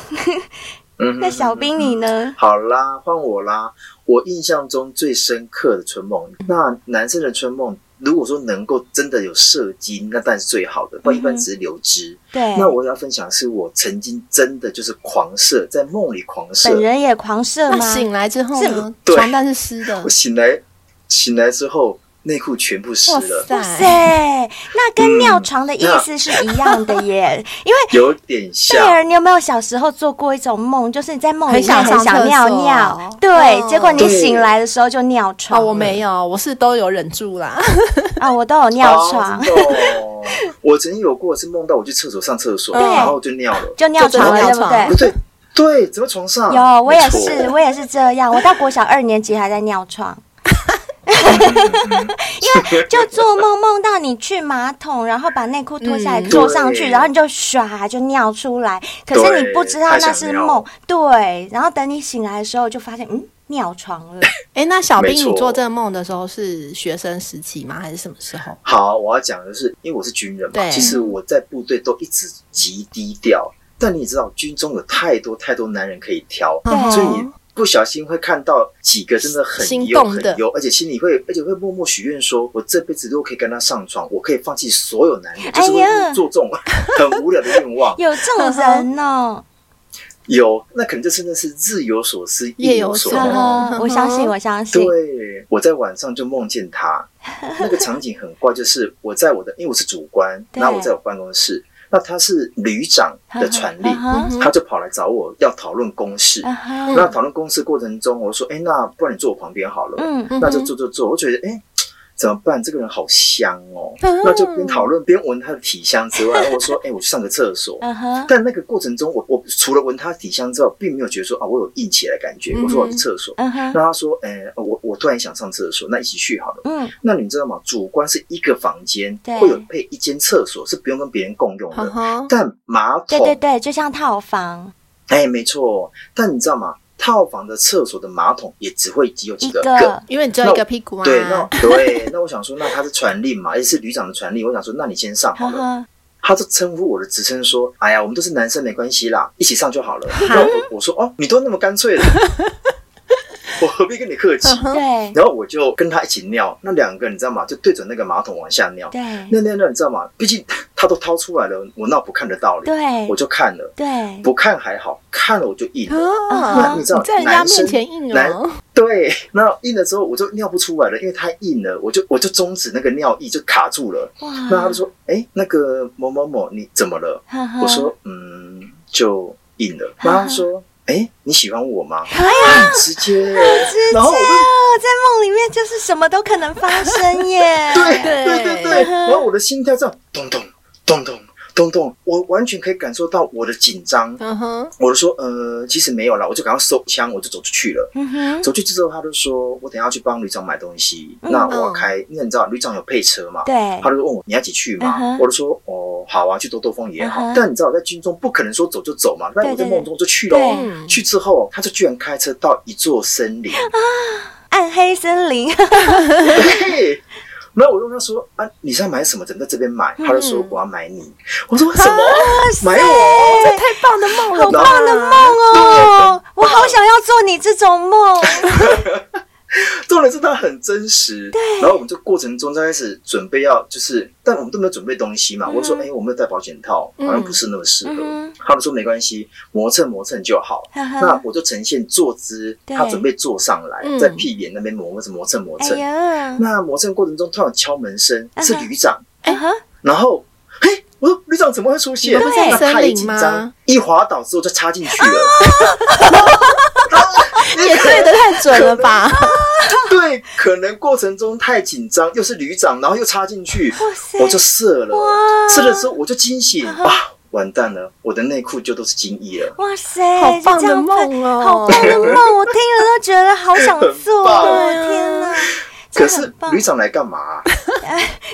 Speaker 3: 嗯哼
Speaker 2: 那小兵你呢？
Speaker 3: 好啦，换我啦。我印象中最深刻的春梦，那男生的春梦，如果说能够真的有射精，那当然是最好的，不然一
Speaker 2: 嗯
Speaker 3: 般只是流汁。
Speaker 2: 对，
Speaker 3: 嗯那我要分享是我曾经真的就是狂射，在梦里狂射
Speaker 2: 本，人也狂射
Speaker 4: 那
Speaker 2: 吗？
Speaker 4: 醒来之后呢？
Speaker 3: 对
Speaker 4: 床单是湿的
Speaker 3: 我。醒来，醒来之后内裤全部湿
Speaker 4: 哇
Speaker 3: 了，
Speaker 4: 塞！啊
Speaker 2: 对，那跟尿床的意
Speaker 3: 那
Speaker 2: 思是一样的
Speaker 3: 嗯
Speaker 2: 耶，因为。
Speaker 3: 有点像
Speaker 2: 贝。尔，你有没有小时候做过一种梦，就是你在梦里
Speaker 4: 很想
Speaker 2: 面很
Speaker 4: 上
Speaker 2: 想
Speaker 4: 厕
Speaker 2: 尿
Speaker 4: 所
Speaker 2: 尿，对，
Speaker 4: 嗯
Speaker 2: 结果你
Speaker 3: 对
Speaker 2: 醒来的时候就尿床
Speaker 4: 哦，
Speaker 2: 了。
Speaker 4: 我没有，我是都有忍 住啦。
Speaker 2: 啊，我都有尿床
Speaker 3: 哦。真的哦我曾经有过是梦到我去厕所上厕所，
Speaker 4: 对
Speaker 3: 然后就尿了。
Speaker 2: 就尿床了，
Speaker 4: 就
Speaker 2: 对
Speaker 4: 真
Speaker 2: 不
Speaker 4: 的
Speaker 3: 不
Speaker 2: 对？
Speaker 3: 对，对，怎么床上？
Speaker 2: 有，我也
Speaker 3: 没错
Speaker 2: 是，我也是这样。我到国小二年级还在尿床，因 为就做梦梦到你去马桶，然后把内裤脱下来
Speaker 4: 嗯
Speaker 2: 坐上去，
Speaker 3: 对
Speaker 2: 然后你就唰就尿出来，可是你不知道那是梦，对。然后等你醒来的时候，就发现嗯尿床了。
Speaker 4: 哎，那小兵，
Speaker 3: 没错
Speaker 4: 你做这个梦的时候是学生时期吗？还是什么 时候？
Speaker 3: 好，我要讲的是，因为我是军人嘛，
Speaker 4: 对
Speaker 3: 其实我在部队都一直极低调。但你也知道，军中有太多太多男人可以挑，
Speaker 2: 对
Speaker 3: 所以不小心会看到几个真的很
Speaker 4: 嗯心
Speaker 3: 优
Speaker 4: 动的
Speaker 3: 很优，而且心里会，而且会默默许愿说，我这辈子如果可以跟他上床，我可以放弃所有男人，就是
Speaker 2: 哎呀
Speaker 3: 会做这种很无聊的愿望。
Speaker 2: 有这种人哦，
Speaker 3: 有，那可能就真的是日有所思，
Speaker 4: 夜有
Speaker 3: 有所
Speaker 4: 所
Speaker 2: 呵
Speaker 4: 嗯
Speaker 3: 梦。
Speaker 4: 哼
Speaker 2: 呵， 我相信，我相信，
Speaker 3: 对，我在晚上就梦见他，那个场景很怪，就是我在我的，因为我是主观，
Speaker 2: 对
Speaker 3: 然后我在我办公室，那他是旅长 的传令，
Speaker 2: 啊
Speaker 4: 嗯
Speaker 3: 他就跑来找我要讨论公事。
Speaker 2: 哈，啊哈
Speaker 3: 那讨论公事过程中，我说：“哎、那不然你坐我旁边好了。
Speaker 2: 嗯，
Speaker 4: 嗯
Speaker 3: 那就坐坐坐，我觉得哎、怎么办？这个人好香哦。
Speaker 4: 嗯
Speaker 3: 那就边讨论边闻他的体香之外，我说：“哎、我去上个厕所。
Speaker 2: 嗯哼，
Speaker 3: 但那个过程中，我我除了闻他体香之外，并没有觉得说啊，我有硬起来的感觉。我说我去哦厕所，
Speaker 2: 嗯哼，
Speaker 3: 那他说，哎、我我突然想上厕所，那一起去好了。
Speaker 2: 嗯，
Speaker 3: 那你知道吗？主观是一个房间
Speaker 2: 对，哦
Speaker 3: 会有配一间厕所，是不用跟别人共用的。
Speaker 4: 呵呵，
Speaker 3: 但马
Speaker 2: 对
Speaker 3: 桶，
Speaker 2: 对对，就像套房
Speaker 3: 哎、没错。但你知道吗？套房的厕所的马桶也只会只有
Speaker 2: 一
Speaker 3: 几个
Speaker 2: 个，
Speaker 4: 因为你只有一个屁股啊，
Speaker 3: 对，那对，那我想说，那他是传令嘛，也是旅长的传令。我想说，那你先上好
Speaker 2: 呵
Speaker 3: 了。
Speaker 2: 呵，
Speaker 3: 他就称呼我的职称说：“哎呀，我们都是男生，没关系啦，一起上就好了。”然后我我说：“哦，你都那么干脆了， 我何必跟你客气？”
Speaker 2: 对
Speaker 3: 然后我就跟他一起尿，那两个你知道吗？就对准那个马桶往下尿。
Speaker 2: 对
Speaker 3: 那那那你知道吗？毕竟他都掏出来了，我那不看的道理，
Speaker 2: 对
Speaker 3: 我就看了，
Speaker 2: 对，
Speaker 3: 不看还好，看了我就硬了。
Speaker 4: 啊
Speaker 2: 那
Speaker 3: 你知道
Speaker 4: 在人家
Speaker 3: 男生
Speaker 4: 面前硬
Speaker 3: 男
Speaker 4: 哦，
Speaker 3: 对，那硬了之后我就尿不出来了，因为太硬了，我就我就终止那个尿意就卡住了。
Speaker 2: 哇，
Speaker 3: 那他就说：“哎，那个某某某，你怎么了？”
Speaker 2: 呵呵，
Speaker 3: 我说：“嗯，就硬了。”然后他说：“哎，你喜欢我吗？”
Speaker 2: 哎呀，
Speaker 3: 很直接，然后我就，
Speaker 2: 哦，在梦里面就是什么都可能发生耶
Speaker 3: 对对对对，
Speaker 2: 嗯
Speaker 3: 然后我的心跳这样咚咚咚咚咚咚，我完全可以感受到我的紧张。
Speaker 4: 嗯哼，
Speaker 3: 我就说，呃，其实没有啦，我就赶快收枪，我就走出去了。
Speaker 2: 嗯哼，
Speaker 3: 走出去之后，他就说，我等一下去帮旅长买东西，
Speaker 2: 嗯
Speaker 3: 那我要开，因为你知道旅长有配车嘛。
Speaker 2: 对
Speaker 3: 他，就问我你要一起去吗
Speaker 2: 嗯哼
Speaker 3: 我就说哦，好啊，去兜兜风也好。
Speaker 2: 嗯哼
Speaker 3: 但你知道我在军中不可能说走就走嘛，但我在
Speaker 2: 对对
Speaker 3: 梦中就去喽。
Speaker 2: 对
Speaker 4: 嗯
Speaker 3: 去之后，他就居然开车到一座森林，
Speaker 2: 暗黑森林，
Speaker 3: 对， 然后我就跟他说啊，你是要买什么？怎么在这边买？他就说我要买你。我说什么？
Speaker 2: 啊
Speaker 3: 买我？
Speaker 4: 这太棒的梦了
Speaker 2: 好
Speaker 4: 吧，
Speaker 2: 棒的梦哦！我好想要做你这种 梦，
Speaker 3: 重点是他很真实。对。然后我们这过程中就开始准备要就是，但我们都没有准备东西嘛。我就说哎，我没有带保险套，好像不是那么适合
Speaker 2: 嗯嗯哼。
Speaker 3: 他们说没关系，磨蹭磨蹭就好。
Speaker 2: 呵
Speaker 3: 那
Speaker 2: 呵，
Speaker 3: 我就呈现坐姿，
Speaker 2: 对
Speaker 3: 他准备坐上来
Speaker 4: 嗯，
Speaker 3: 在屁眼那边磨磨磨蹭磨
Speaker 2: 哎
Speaker 3: 蹭。
Speaker 2: 呀，
Speaker 3: 那磨蹭过程中突然有敲门声，是
Speaker 2: 嗯哼
Speaker 3: 旅长。
Speaker 2: 嗯哼，
Speaker 3: 然后，嘿，我说旅长怎么会出现？
Speaker 4: 你们不是在
Speaker 3: 那
Speaker 4: 森
Speaker 3: 太
Speaker 4: 林
Speaker 3: 紧
Speaker 4: 吗
Speaker 3: 张，一滑倒之后就插进
Speaker 2: 哦
Speaker 3: 去了。
Speaker 4: 也对的太准了吧？
Speaker 3: 对，可能过程中太紧张，又是旅长，然后又插进去，
Speaker 2: 哇塞，
Speaker 3: 我就射了。
Speaker 2: 哇嗯
Speaker 3: 射的时候我就惊醒啊，完蛋了，我的内裤就都是精液了。
Speaker 2: 哇塞，
Speaker 4: 好棒
Speaker 2: 这
Speaker 4: 的
Speaker 2: 样分
Speaker 4: 梦哦，
Speaker 2: 好棒的梦， 我听了都觉得好想做，
Speaker 3: 很棒啊
Speaker 2: 哦！天 哪！
Speaker 3: 可
Speaker 2: 这
Speaker 3: 是
Speaker 2: 很棒嗯
Speaker 3: 旅，长来干嘛、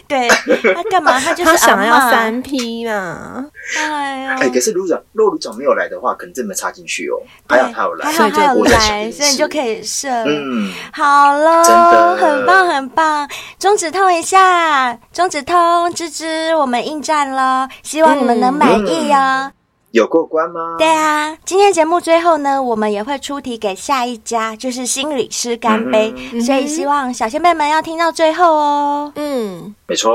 Speaker 2: 对他干嘛？他 就是
Speaker 4: 他想要
Speaker 2: 阿嬷，
Speaker 4: 三 P 嘛，
Speaker 2: 哎呀，
Speaker 3: 哎、可是旅长，如果旅长没有来的话，可能真的没插进去哦。还好他有来，
Speaker 2: 还好
Speaker 4: 所以就
Speaker 2: 他有
Speaker 3: 我在想
Speaker 2: 来，
Speaker 3: 这件
Speaker 2: 所以你就
Speaker 3: 事
Speaker 2: 可以射了。
Speaker 3: 嗯，
Speaker 2: 好了，
Speaker 3: 真的
Speaker 2: 很棒很棒，中指通一下，中指通，芝芝，我们应战喽，希望你们能满
Speaker 3: 嗯
Speaker 2: 意哦。
Speaker 3: 有过关吗？
Speaker 2: 对啊，今天节目最后呢，我们也会出题给下一家，就是心理师干杯，
Speaker 4: 嗯
Speaker 2: 所以希望小先辈们要听到最后哦。
Speaker 4: 嗯，
Speaker 3: 没错。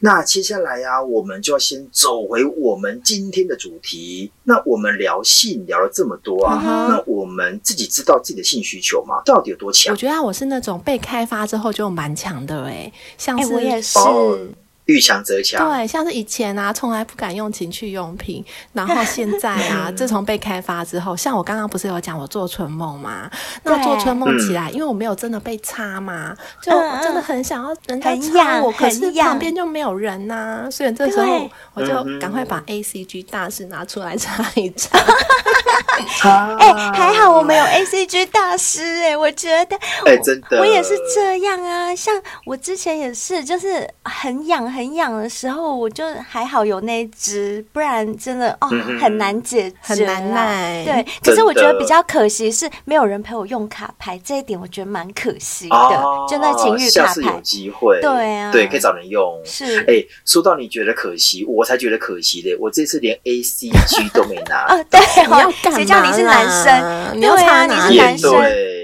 Speaker 3: 那接下来呀、我们就要先走回我们今天的主题。那我们聊性聊了这么多啊，
Speaker 4: 嗯哼
Speaker 3: 那我们自己知道自己的性需求吗？到底有多强
Speaker 4: 我？觉得啊我是那种被开发之后就蛮强的哎、像
Speaker 2: 哎、
Speaker 4: 是
Speaker 2: 我也是，
Speaker 3: 哦遇强则强。
Speaker 4: 对，像是以前啊，从来不敢用情趣用品，然后现在 啊，自从被开发之后，像我刚刚不是有讲我做春梦吗？那
Speaker 2: 对
Speaker 4: 做春梦起来，因为我没有真的被插嘛，就
Speaker 2: 嗯嗯
Speaker 4: 真的很想要人家
Speaker 2: 很
Speaker 4: 插
Speaker 2: 痒
Speaker 4: 我，可是
Speaker 2: 很痒
Speaker 4: 旁边就没有人呐、所以这时候
Speaker 2: 对
Speaker 4: 我就
Speaker 3: 嗯嗯
Speaker 4: 赶快把 A C G 大师拿出来插一 插。
Speaker 2: 哎、还好我们有 A C G 大师哎、我觉得
Speaker 3: 啊 哎、真的，
Speaker 2: 我也是这样啊，像我之前也是，就是很痒很很痒的时候，我就还好有那一只，不然真的哦
Speaker 3: 嗯
Speaker 2: 很难解决，
Speaker 4: 很难。耐。
Speaker 2: 啊对，可是我觉得比较可惜是没有人陪我用卡牌，这一点我觉得蛮可惜的。
Speaker 4: 啊
Speaker 3: 哦，
Speaker 2: 就那情欲
Speaker 3: 下
Speaker 2: 卡
Speaker 3: 次有
Speaker 2: 牌，
Speaker 3: 机会，
Speaker 2: 对啊
Speaker 3: 对，可以找人用。
Speaker 2: 是
Speaker 3: 哎、说到你觉得可惜，我才觉得可惜的。我这次连 A C G 都没拿，
Speaker 2: 啊，对
Speaker 4: 你
Speaker 3: 哎
Speaker 4: 要
Speaker 2: 哦，
Speaker 4: 干嘛啦？
Speaker 2: 谁叫你是男生？
Speaker 4: 你要
Speaker 2: 对啊
Speaker 4: 插
Speaker 2: 你
Speaker 4: 哪
Speaker 2: 是
Speaker 4: 里
Speaker 2: 男
Speaker 3: 也
Speaker 2: 生
Speaker 3: 对。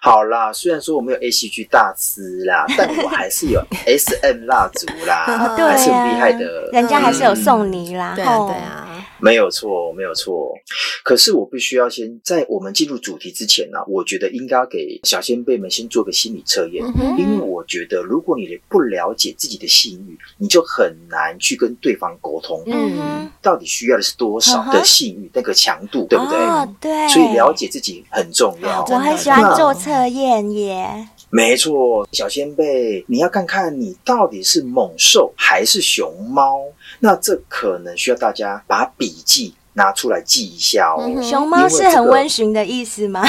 Speaker 3: 好啦，虽然说我没有 A C G 大师啦，但我还是 有 S M 蜡烛啦，
Speaker 4: 啊
Speaker 2: 对
Speaker 3: 还是
Speaker 2: 啊
Speaker 3: 很厉害的。嗯
Speaker 2: 人家还是有送你啦，
Speaker 4: 对啊，
Speaker 2: 吼
Speaker 4: 对啊，
Speaker 2: 哦
Speaker 3: 没有错，没有错。可是我必须要先在我们进入主题之前呢、我觉得应该要给小先辈们先做个心理测验，
Speaker 4: 嗯哼
Speaker 3: 因为我觉得如果你不了解自己的性欲，你就很难去跟对方沟通，
Speaker 2: 嗯哼，
Speaker 3: 到底需要的是多少
Speaker 2: 嗯
Speaker 3: 的
Speaker 2: 哼
Speaker 3: 性欲那个强度，对不对？
Speaker 2: 哦，对，
Speaker 3: 所以了解自己很重要。
Speaker 2: 我很喜欢做测验耶，
Speaker 3: 没错，小先辈，你要看看你到底是猛兽还是熊猫，那这可能需要大家把笔记拿出来记一下哦。
Speaker 4: 嗯哼
Speaker 2: 熊猫是很温驯的意思吗？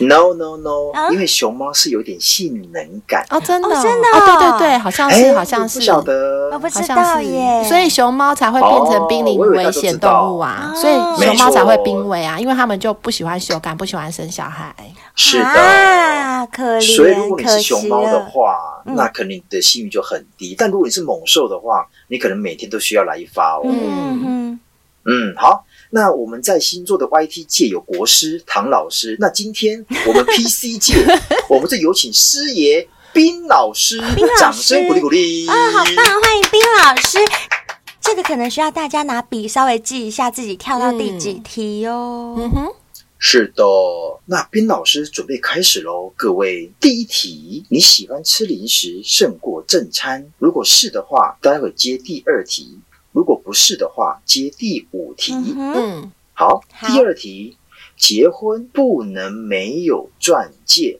Speaker 3: No no no，、
Speaker 2: 啊
Speaker 3: 因为熊猫是有点性能感。
Speaker 4: 哦，真的哦，
Speaker 2: 哦真的
Speaker 4: 哦对
Speaker 2: 哦
Speaker 4: 对对，好像
Speaker 3: 哎
Speaker 4: 是，好像
Speaker 3: 我
Speaker 4: 是，
Speaker 3: 不晓
Speaker 2: 我
Speaker 3: 得
Speaker 2: 不
Speaker 4: 好
Speaker 2: 知
Speaker 4: 像
Speaker 2: 道
Speaker 4: 是
Speaker 2: 耶，
Speaker 4: 所以熊猫才会变成濒临
Speaker 3: 哦我以为大家
Speaker 4: 危
Speaker 3: 都
Speaker 4: 险
Speaker 3: 知道
Speaker 4: 动物啊，
Speaker 2: 哦
Speaker 4: 所以熊猫
Speaker 3: 没错
Speaker 4: 才会濒危啊，因为它们就不喜欢修改，不喜欢生小孩。
Speaker 3: 是的。
Speaker 2: 啊，可
Speaker 3: 所以如果
Speaker 2: 怜，
Speaker 3: 你
Speaker 2: 可
Speaker 3: 是
Speaker 2: 惜
Speaker 3: 熊猫的
Speaker 2: 了，
Speaker 3: 话，
Speaker 2: 嗯
Speaker 3: 那可能你的性欲就很低；但如果你是猛兽的话，你可能每天都需要来一发哦。
Speaker 2: 嗯哼，
Speaker 3: 嗯，好，那我们在星座的 YT 界有国师唐老师，那今天我 们 PC 界，我们就有请师爷冰老师，
Speaker 2: 冰老师
Speaker 3: 掌声鼓励鼓励
Speaker 2: 啊，好棒，欢迎冰老师。这个可能需要大家拿笔稍微记一下自己跳到第几题哦。
Speaker 4: 嗯哼，
Speaker 3: 是的，那冰老师准备开始喽，各位。第一题，你喜欢吃零食胜过正餐？如果是的话，待会接第二题；如果不是的话，接第五题。
Speaker 2: 嗯哼，
Speaker 4: 嗯，
Speaker 3: 好，
Speaker 2: 好
Speaker 3: 第二题，结婚不能没有钻戒。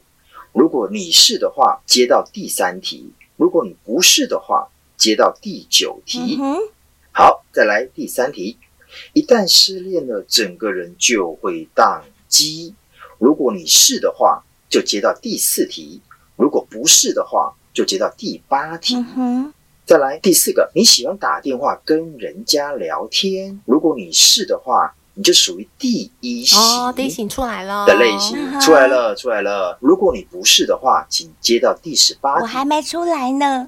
Speaker 3: 如果你是的话，接到第三题；如果你不是的话，接到第九题。
Speaker 2: 嗯哼，
Speaker 3: 好，再来第三题，一旦失恋了，整个人就会宕机。如果你是的话，就接到第四题；如果不是的话，就接到第八题。
Speaker 2: 嗯哼，
Speaker 3: 再来第四个，你喜欢打电话跟人家聊天？如果你是的话，你就属于第一型
Speaker 4: 哦，第一型出来了
Speaker 3: 的类型
Speaker 2: 嗯哼
Speaker 3: 出来了，出来了。如果你不是的话，请接到第十八
Speaker 2: 我
Speaker 3: 题。
Speaker 2: 还没出来呢。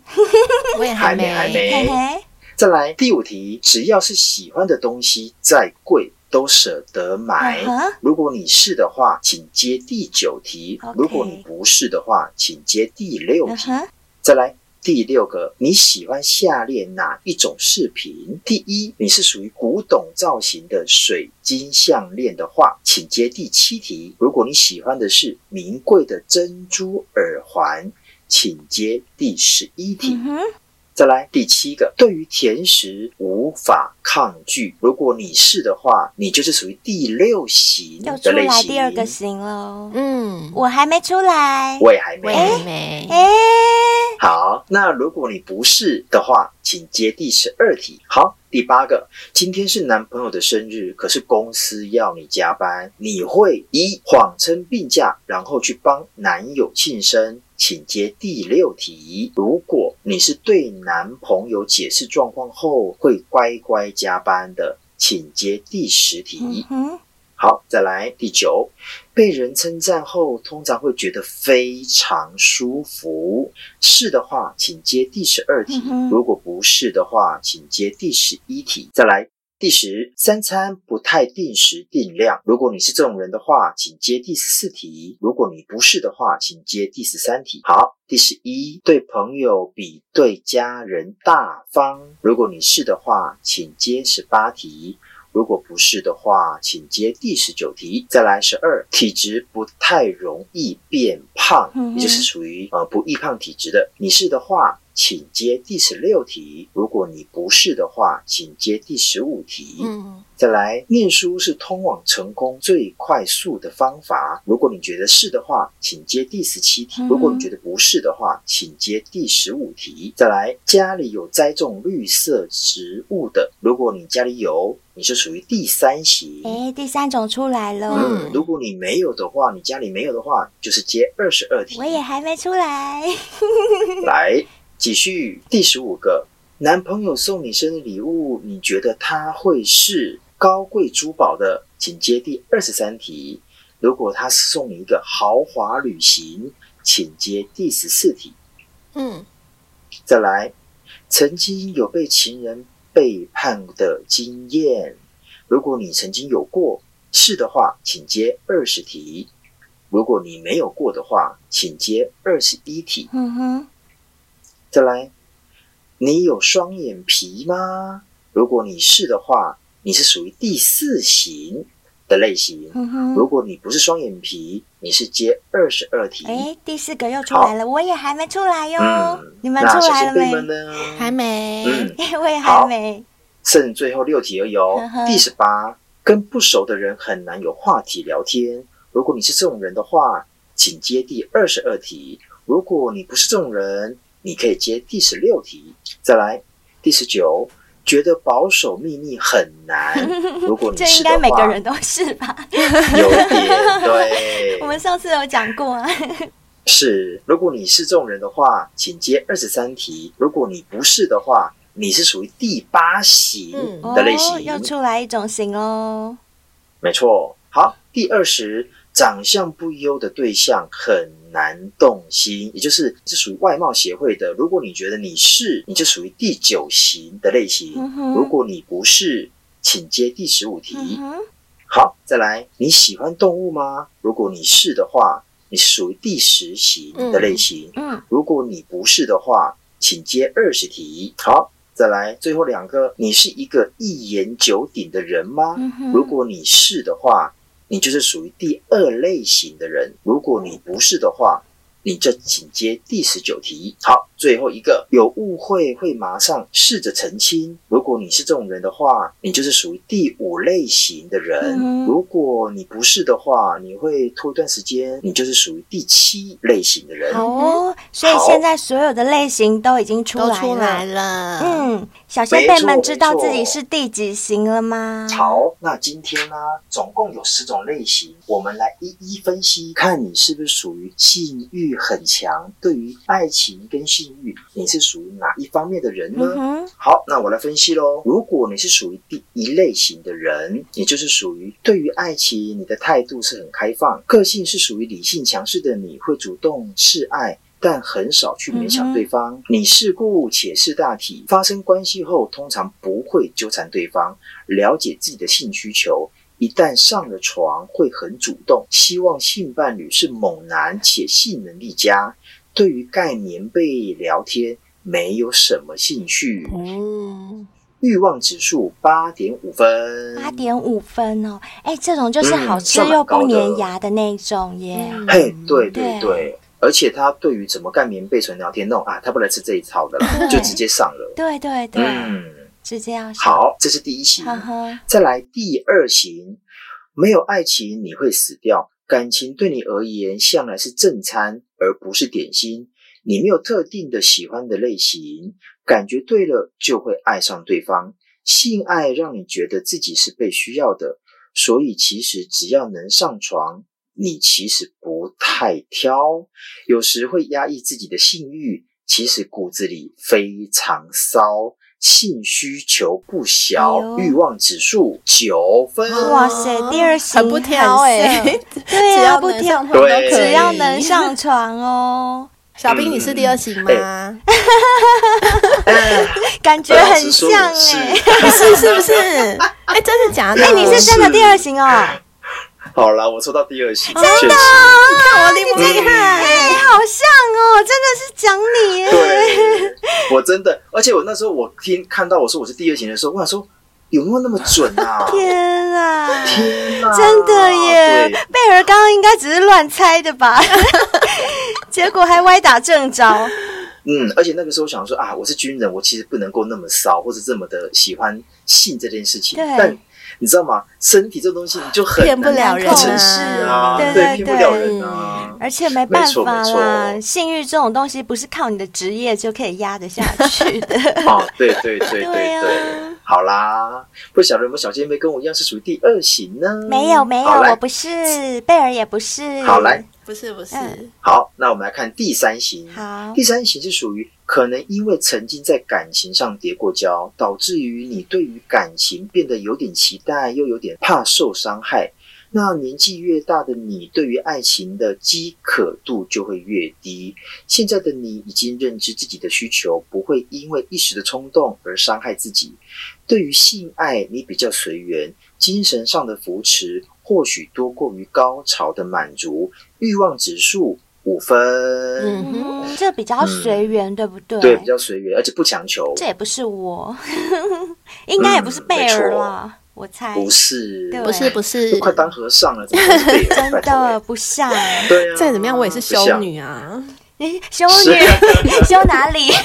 Speaker 4: 我也
Speaker 3: 还
Speaker 4: 没，
Speaker 3: 还
Speaker 2: 嘿
Speaker 3: 没。
Speaker 2: 嘿，
Speaker 3: 再来第五题，只要是喜欢的东西，再贵都舍得买
Speaker 2: 嗯。哼
Speaker 3: 如果你是的话，请接第九题
Speaker 2: OK
Speaker 3: 如果你不是的话，请接第六
Speaker 2: 嗯
Speaker 3: 题。
Speaker 2: 哼，
Speaker 3: 再来第六个，你喜欢下列哪一种饰品？第一，你是属于古董造型的水晶项链的话，请接第七题；如果你喜欢的是名贵的珍珠耳环，请接第十一题。
Speaker 2: 嗯哼，
Speaker 3: 再来第七个，对于甜食无法抗拒，如果你是的话，你就是属于第六型
Speaker 2: 又出
Speaker 3: 的类
Speaker 2: 来
Speaker 3: 型。
Speaker 2: 第二个型喽。
Speaker 4: 嗯，
Speaker 2: 我还没出来。
Speaker 3: 我也还没
Speaker 4: 我。也没，
Speaker 2: 哎，
Speaker 3: 好，那如果你不是的话，请接第十二题。好，第八个，今天是男朋友的生日，可是公司要你加班，你会一谎称病假，然后去帮男友庆生，请接第六题。如果你是对男朋友解释状况后会乖乖加班的，请接第十题。
Speaker 2: 嗯哼，
Speaker 3: 好，再来第九，被人称赞后，通常会觉得非常舒服。是的话，请接第十二题；
Speaker 2: 嗯哼
Speaker 3: 如果不是的话，请接第十一题。再来第十，三餐不太定时定量。如果你是这种人的话，请接第十四题；如果你不是的话，请接第十三题。好，第十一，对朋友比对家人大方。如果你是的话，请接十八题。如果不是的话，请接第十九题。再来十二，体质不太容易变胖，
Speaker 2: 嗯哼
Speaker 3: 也就是属于呃不易胖体质的。你是的话，请接第十六题；如果你不是的话，请接第十五题。
Speaker 4: 嗯，
Speaker 3: 再来，念书是通往成功最快速的方法。如果你觉得是的话，请接第十七题；
Speaker 2: 嗯
Speaker 3: 如果你觉得不是的话，请接第十五题。再来，家里有栽种绿色植物的，如果你家里有，你是属于第三型。
Speaker 2: 哎，第三种出来喽。
Speaker 3: 嗯，如果你没有的话，你家里没有的话，就是接二十二题。
Speaker 2: 我也还没出来。
Speaker 3: 来，继续第十五个，男朋友送你生日礼物，你觉得他会是高贵珠宝的？请接第二十三题。如果他送你一个豪华旅行，请接第十四题。
Speaker 4: 嗯，
Speaker 3: 再来，曾经有被情人背叛的经验，如果你曾经有过，是的话，请接二十题；如果你没有过的话，请接二十一题。
Speaker 2: 嗯哼，
Speaker 3: 再来，你有双眼皮吗？如果你是的话，你是属于第四型的类型；
Speaker 2: 嗯哼。
Speaker 3: 如果你不是双眼皮，你是接二十二题。
Speaker 2: 哎，第四个又出来了，我也还没出来哟。
Speaker 3: 嗯，
Speaker 2: 你们
Speaker 3: 那
Speaker 2: 出
Speaker 3: 小
Speaker 2: 来了
Speaker 3: 先
Speaker 2: 没
Speaker 3: 辈？们呢？
Speaker 4: 还没。
Speaker 3: 嗯。
Speaker 2: 我也还
Speaker 3: 好
Speaker 2: 没。
Speaker 3: 剩最后六题而已哦
Speaker 2: 呵呵。
Speaker 3: 第十八，跟不熟的人很难有话题聊天。如果你是这种人的话，请接第二十二题；如果你不是这种人，你可以接第十六题。再来，第十九，觉得保守秘密很 难。如果你
Speaker 2: 这
Speaker 3: 是
Speaker 2: 应
Speaker 3: 的
Speaker 2: 该
Speaker 3: 话，
Speaker 2: 每个人都是吧？
Speaker 3: 有点对。
Speaker 2: 我们上次有讲过啊。
Speaker 3: 是，如果你是这种人的话，请接二十三题；如果你不是的话，你是属于第八型
Speaker 4: 嗯
Speaker 3: 的类型。
Speaker 2: 哦，又出来一种型哦。
Speaker 3: 没错。好，第二十，长相不优的对象很难动心，也就是是属于外貌协会的。如果你觉得你是，你就属于第九型的类型；
Speaker 2: 嗯哼
Speaker 3: 如果你不是，请接第十五题。
Speaker 2: 嗯哼，
Speaker 3: 好，再来，你喜欢动物吗？如果你是的话，你是属于第十型的类型；
Speaker 2: 嗯
Speaker 3: 如果你不是的话，请接二十题。好，再来，最后两个，你是一个一言九鼎的人吗？
Speaker 2: 嗯哼。
Speaker 3: 如果你是的话，你就是属于第二类型的人；如果你不是的话，你就请接第十九题。好，最后一个有误会会马上试着澄清。如果你是这种人的话，你就是属于第五类型的人；
Speaker 2: 嗯
Speaker 3: 如果你不是的话，你会拖一段时间，你就是属于第七类型的人。
Speaker 4: 好
Speaker 2: 哦，所以
Speaker 3: 好
Speaker 2: 现在所有的类型都已经出
Speaker 4: 都
Speaker 2: 来
Speaker 4: 出来
Speaker 2: 了。
Speaker 4: 了，
Speaker 2: 嗯，小先辈们知道
Speaker 3: 没错
Speaker 2: 自己是第几型了吗？
Speaker 3: 好，那今天呢，总共有十种类型，我们来一一分析，看你是不是属于性欲很强，对于爱情跟性欲，你是属于哪一方面的人呢？
Speaker 2: 嗯哼，
Speaker 3: 好，那我来分析喽。如果你是属于第一类型的人，也就是属于对于爱情你的态度是很开放，个性是属于理性强势的你，会主动示爱。但很少去勉强对方，你世故且识大体，发生关系后通常不会纠缠对方，了解自己的性需求。一旦上了床，会很主动，希望性伴侣是猛男且性能力佳。对于盖棉被聊天没有什么兴趣，
Speaker 4: 哦，
Speaker 3: 欲望指数八点五分，
Speaker 2: 八点五分哦。哎，这种就是好吃
Speaker 3: 嗯
Speaker 2: 又不
Speaker 3: 算蛮高的
Speaker 2: 粘牙的那种耶。
Speaker 4: 嗯
Speaker 3: 嘿，对对
Speaker 2: 对
Speaker 3: 对，而且他对于怎么盖棉被、纯聊天弄啊，他不来吃这一套的啦，
Speaker 2: 对
Speaker 3: 就直接上了。
Speaker 2: 对对对，
Speaker 3: 嗯，
Speaker 2: 直接要上。
Speaker 3: 好，这是第一型，
Speaker 2: 呵呵，
Speaker 3: 再来第二型，没有爱情你会死掉，感情对你而言向来是正餐而不是点心，你没有特定的喜欢的类型，感觉对了就会爱上对方，性爱让你觉得自己是被需要的，所以其实只要能上床。你其实不太挑，有时会压抑自己的性欲，其实骨子里非常骚，性需求不小，
Speaker 2: 哎呦
Speaker 3: 欲望指数九分。
Speaker 2: 哇塞第二型
Speaker 4: 嗯很不挑哎、
Speaker 2: 很 色
Speaker 4: 只
Speaker 2: 对啊，
Speaker 4: 要
Speaker 2: 不
Speaker 4: 能
Speaker 2: 挑，
Speaker 4: 上床都可以
Speaker 3: 对
Speaker 2: 只要能上床哦，
Speaker 4: 小兵，你是第二型吗？
Speaker 3: 哎
Speaker 2: 感觉
Speaker 3: 老
Speaker 2: 很
Speaker 3: 实说
Speaker 2: 像
Speaker 3: 我
Speaker 2: 哎。
Speaker 3: 是
Speaker 4: 是是不是？哎、真的假 的？
Speaker 2: 哎，你是真的第二型哦，哦
Speaker 3: 好啦，我抽到第二型，
Speaker 4: 真
Speaker 3: 确实，
Speaker 4: 我厉不厉
Speaker 2: 哎，
Speaker 4: 害？
Speaker 2: 好像哦，真的是讲你耶。
Speaker 3: 对，我真的，而且我那时候我听看到我说我是第二型的时候，我想说有没有那么准啊？
Speaker 2: 天啊！
Speaker 3: 天哪，
Speaker 2: 真的耶
Speaker 3: 哦对，
Speaker 2: 贝尔刚刚应该只是乱猜的 吧？结果还歪打正着。
Speaker 3: 嗯，而且那个时候想说啊，我是军人，我其实不能够那么骚，或者这么的喜欢性这件事情。
Speaker 2: 对
Speaker 3: 但你知道吗？身体这东西你就很
Speaker 4: 骗不了人啊
Speaker 3: 诚实啊，
Speaker 2: 对对
Speaker 3: 骗不了人啊。
Speaker 2: 而且没办法
Speaker 3: 没错没
Speaker 2: 啦，
Speaker 3: 错
Speaker 2: 性欲这种东西不是靠你的职业就可以压得下去的。
Speaker 3: 哦，对对对对
Speaker 2: 对
Speaker 3: 对，
Speaker 2: 啊，
Speaker 3: 好啦，不晓得我们小仙贝跟我一样是属于第二型呢？
Speaker 2: 没有没有，
Speaker 3: 嗯好
Speaker 2: 我
Speaker 3: 来，
Speaker 2: 不是，贝尔也不是。
Speaker 3: 好来，
Speaker 4: 不是不是，
Speaker 2: 嗯
Speaker 3: 好，那我们来看第三型。
Speaker 2: 好
Speaker 3: 第三型是属于可能因为曾经在感情上跌过跤，导致于你对于感情变得有点期待，又有点怕受伤害。那年纪越大的你，对于爱情的饥渴度就会越低。现在的你已经认知自己的需求，不会因为一时的冲动而伤害自己。对于性爱，你比较随缘，精神上的扶持或许多过于高潮的满足，欲望指数五分。
Speaker 4: 嗯
Speaker 2: 嗯，这比较随缘，对不对？
Speaker 3: 对，比较随缘，而且不强求，
Speaker 2: 这也不是我， 应该也不是贝尔啦，我猜。
Speaker 3: 不是，
Speaker 2: 对
Speaker 4: 不是不是
Speaker 3: 都，快当和尚了，怎么会是
Speaker 2: 真
Speaker 3: 拜托
Speaker 2: 的
Speaker 3: 欸
Speaker 2: 不像，
Speaker 3: 对啊，
Speaker 4: 再怎么样我也是
Speaker 3: 不
Speaker 4: 修
Speaker 3: 像，
Speaker 4: 女啊，
Speaker 2: 诶修女 修哪里？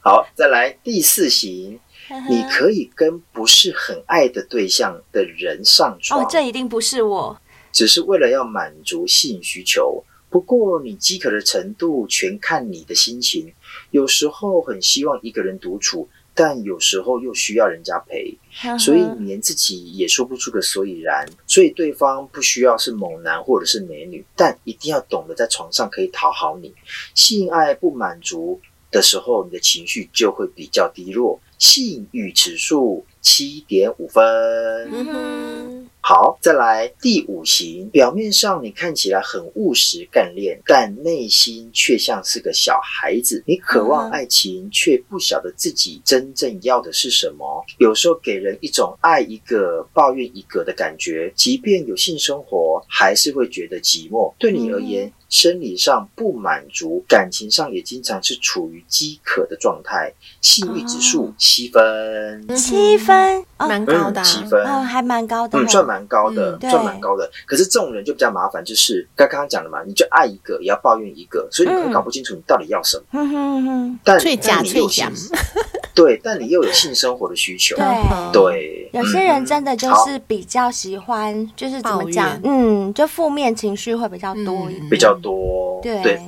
Speaker 3: 好，再来第四型，
Speaker 2: 嗯
Speaker 3: 你可以跟不是很爱的对象的人上床，
Speaker 2: 哦，这一定不是我。
Speaker 3: 只是为了要满足性需求。不过，你饥渴的程度全看你的心情。有时候很希望一个人独处，但有时候又需要人家陪。 所以你连自己也说不出个所以然。所以对方不需要是猛男或者是美女，但一定要懂得在床上可以讨好你。性爱不满足的时候，你的情绪就会比较低落。性欲指数七点五分。
Speaker 4: 嗯哼，
Speaker 3: 好，再来第五型，表面上你看起来很务实干练，但内心却像是个小孩子。你渴望爱情，却不晓得自己真正要的是什么。有时候给人一种爱一个抱怨一个的感觉，即便有性生活，还是会觉得寂寞。对你而言，生理上不满足，感情上也经常是处于饥渴的状态。性欲指数七分，
Speaker 2: 七分哦
Speaker 4: 蛮高的啊，
Speaker 3: 七分。
Speaker 2: 哦，还蛮高的哦，
Speaker 3: 嗯，算蛮高的，
Speaker 4: 嗯
Speaker 2: 对
Speaker 3: 算蛮高的。可是这种人就比较麻烦，就是刚刚讲的嘛，你就爱一个也要抱怨一个，所以你可能
Speaker 2: 嗯
Speaker 3: 搞不清楚你到底要什么。
Speaker 2: 哼嗯哼哼，
Speaker 3: 但
Speaker 4: 最假
Speaker 3: 但你又有
Speaker 4: 最假
Speaker 3: 性，对，但你又有性生活的需求，
Speaker 2: 对
Speaker 3: 对。
Speaker 2: 有些人真
Speaker 3: 嗯
Speaker 2: 的就
Speaker 3: 好
Speaker 2: 是比较喜欢，就是怎么讲
Speaker 4: 抱怨，
Speaker 2: 嗯，就负面情绪会比较多一
Speaker 4: 嗯
Speaker 2: 点，
Speaker 3: 比较多，
Speaker 2: 对，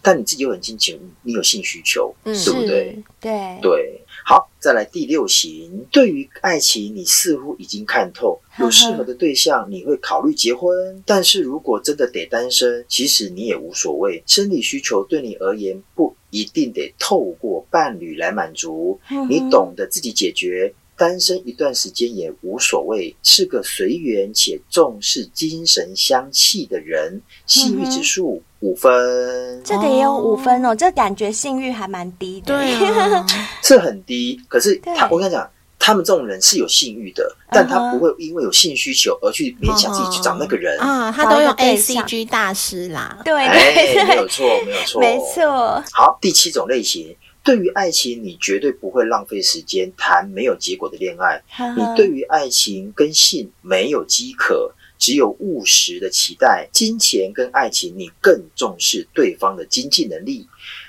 Speaker 3: 但你自己又很清楚，你有性需求，对
Speaker 4: 嗯
Speaker 2: 是
Speaker 3: 不对？，
Speaker 2: 对，
Speaker 3: 对，好，再来第六型，对于爱情，你似乎已经看透，有适合的对象，你会考虑结婚。但是如果真的得单身，其实你也无所谓，生理需求对你而言不一定得透过伴侣来满足，你
Speaker 2: 嗯哼
Speaker 3: 懂得自己解决。单身一段时间也无所谓，是个随缘且重视精神相契的人，性欲
Speaker 2: 嗯
Speaker 3: 指
Speaker 2: 哼
Speaker 3: 数五分。
Speaker 2: 这个也有五分哦，这感觉性欲还蛮低的。
Speaker 4: 对啊，
Speaker 3: 是很低，可是
Speaker 2: 对
Speaker 3: 他，我跟你讲，他们这种人是有性欲的，但他
Speaker 2: 嗯哼
Speaker 3: 不会因为有性需求而去勉强自己去找那个人。
Speaker 2: 嗯
Speaker 4: 啊，他都
Speaker 2: 找
Speaker 4: 用
Speaker 2: 一个对
Speaker 4: A
Speaker 2: 象
Speaker 4: C G 大师啦，
Speaker 2: 对对
Speaker 3: 哎，没有
Speaker 2: 对，
Speaker 3: 错，没有错，
Speaker 2: 没。错，
Speaker 3: 好，第七种类型，对于爱情，你绝对不会浪费时间谈没有结果的恋爱。
Speaker 2: 呵
Speaker 3: 你
Speaker 2: 呵
Speaker 3: 对于爱情跟性没有饥渴，只有务实的期待。金钱跟爱情，你更重视对方的经济能力，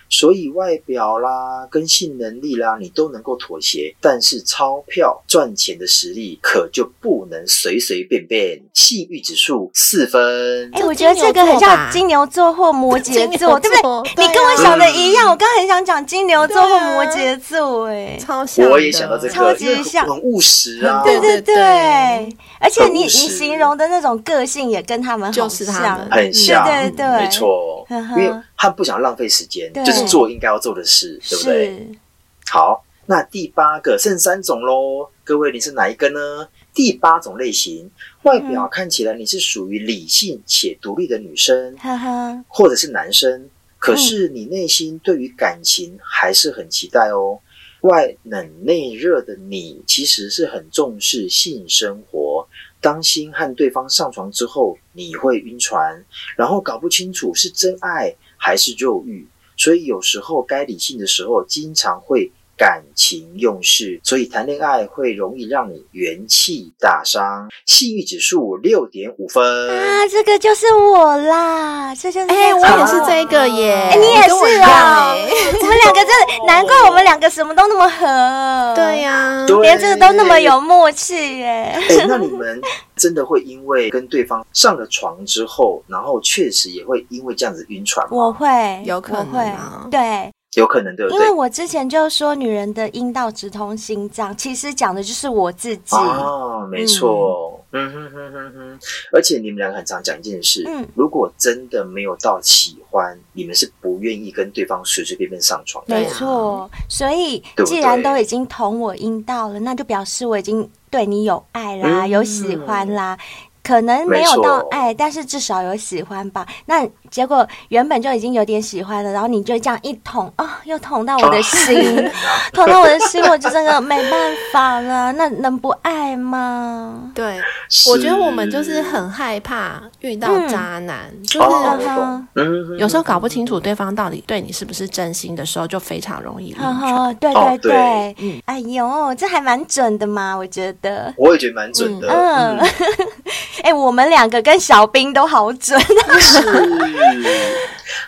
Speaker 3: 所以外表啦跟性能力啦，你都能够妥协。但是钞票赚钱的实力可就不能随随便便。性欲指数四分。
Speaker 2: 哎，
Speaker 4: 这
Speaker 2: 我觉得这个很像金牛座或摩羯座，对
Speaker 4: 金
Speaker 2: 不
Speaker 4: 牛
Speaker 2: 对？
Speaker 4: 座
Speaker 2: 你
Speaker 4: 啊
Speaker 2: 跟我想的一样，
Speaker 3: 嗯
Speaker 2: 我刚刚很想讲金牛座或
Speaker 4: 对啊
Speaker 2: 摩羯座，哎，
Speaker 4: 超像的，
Speaker 3: 我也想到这
Speaker 2: 超
Speaker 3: 个，
Speaker 2: 级
Speaker 3: 因为
Speaker 2: 像
Speaker 3: 很很务实啊。
Speaker 4: 对
Speaker 2: 对
Speaker 4: 对
Speaker 2: 对，而且你
Speaker 3: 很务
Speaker 2: 你
Speaker 3: 实
Speaker 2: 形容的那种个性也跟他们好
Speaker 4: 就是他
Speaker 2: 像
Speaker 4: 们，
Speaker 3: 很像，
Speaker 2: 对对对
Speaker 3: 没错，
Speaker 2: 呵
Speaker 3: 因
Speaker 2: 呵
Speaker 3: 为他不想浪费时间，
Speaker 2: 对
Speaker 3: 就是做应该要做的事，对不对？
Speaker 2: 是
Speaker 3: 好，那第八个剩三种喽，各位你是哪一个呢？第八种类型，外表看起来你是属于理性且独立的女生，
Speaker 2: 呵呵，
Speaker 3: 或者是男生，
Speaker 2: 嗯
Speaker 3: 可是你内心对于感情还是很期待哦。外冷内热的你，其实是很重视性生活。当心和对方上床之后，你会晕船，然后搞不清楚是真爱还是肉欲，所以有时候该理性的时候，经常会感情用事，所以谈恋爱会容易让你元气大伤。性欲指数六点五分。
Speaker 2: 啊，这个就是我啦，这就是
Speaker 4: 哎，我也是这个耶，
Speaker 2: 哎你也
Speaker 4: 跟我一
Speaker 2: 是
Speaker 4: 样
Speaker 2: 啊
Speaker 4: 哎，
Speaker 2: 我们两个真的，难怪我们两个什么都那么合，
Speaker 4: 对、呀，
Speaker 3: 对
Speaker 2: 连这个都那么有默契耶。
Speaker 3: 哎、那你们真的会因为跟对方上了床之后，然后确实也会因为这样子晕船吗？
Speaker 2: 我会，
Speaker 4: 有可能
Speaker 2: 我会
Speaker 4: 啊
Speaker 2: 对。
Speaker 3: 有可能对不
Speaker 2: 因
Speaker 3: 对
Speaker 2: 为？我之前就说女人的阴道直通心脏，其实讲的就是我自己。
Speaker 3: 哦，没错，嗯哼哼哼哼。而且你们两个很常讲一件事，
Speaker 2: 嗯
Speaker 3: 如果真的没有到喜欢，你们是不愿意跟对方随随便便上床的。
Speaker 2: 没错，所以
Speaker 3: 对不
Speaker 2: 既然
Speaker 3: 对
Speaker 2: 都已经捅我阴道了，那就表示我已经对你有爱啦，
Speaker 3: 嗯
Speaker 2: 有喜欢啦。可能没有
Speaker 3: 没错
Speaker 2: 到爱，但是至少有喜欢吧。那结果原本就已经有点喜欢了，然后你就这样一捅，哦，又捅到我的心，
Speaker 3: 哦
Speaker 2: 捅到我的心，我就真的没办法了。那能不爱吗？
Speaker 4: 对，
Speaker 3: 是
Speaker 4: 我觉得我们就是很害怕遇到
Speaker 2: 嗯
Speaker 4: 渣男，就
Speaker 3: 哦，
Speaker 4: 是。
Speaker 3: 我懂。嗯，
Speaker 4: 有时候搞不清楚对方到底对你是不是真心的时候，就非常容易晕
Speaker 2: 呵
Speaker 4: 船。
Speaker 2: 呵，对
Speaker 3: 哦
Speaker 2: 对对，哎呦，这还蛮准的嘛，我觉得。
Speaker 3: 我也觉得蛮准的。
Speaker 2: 嗯， 哎、我们两个跟小兵都好准。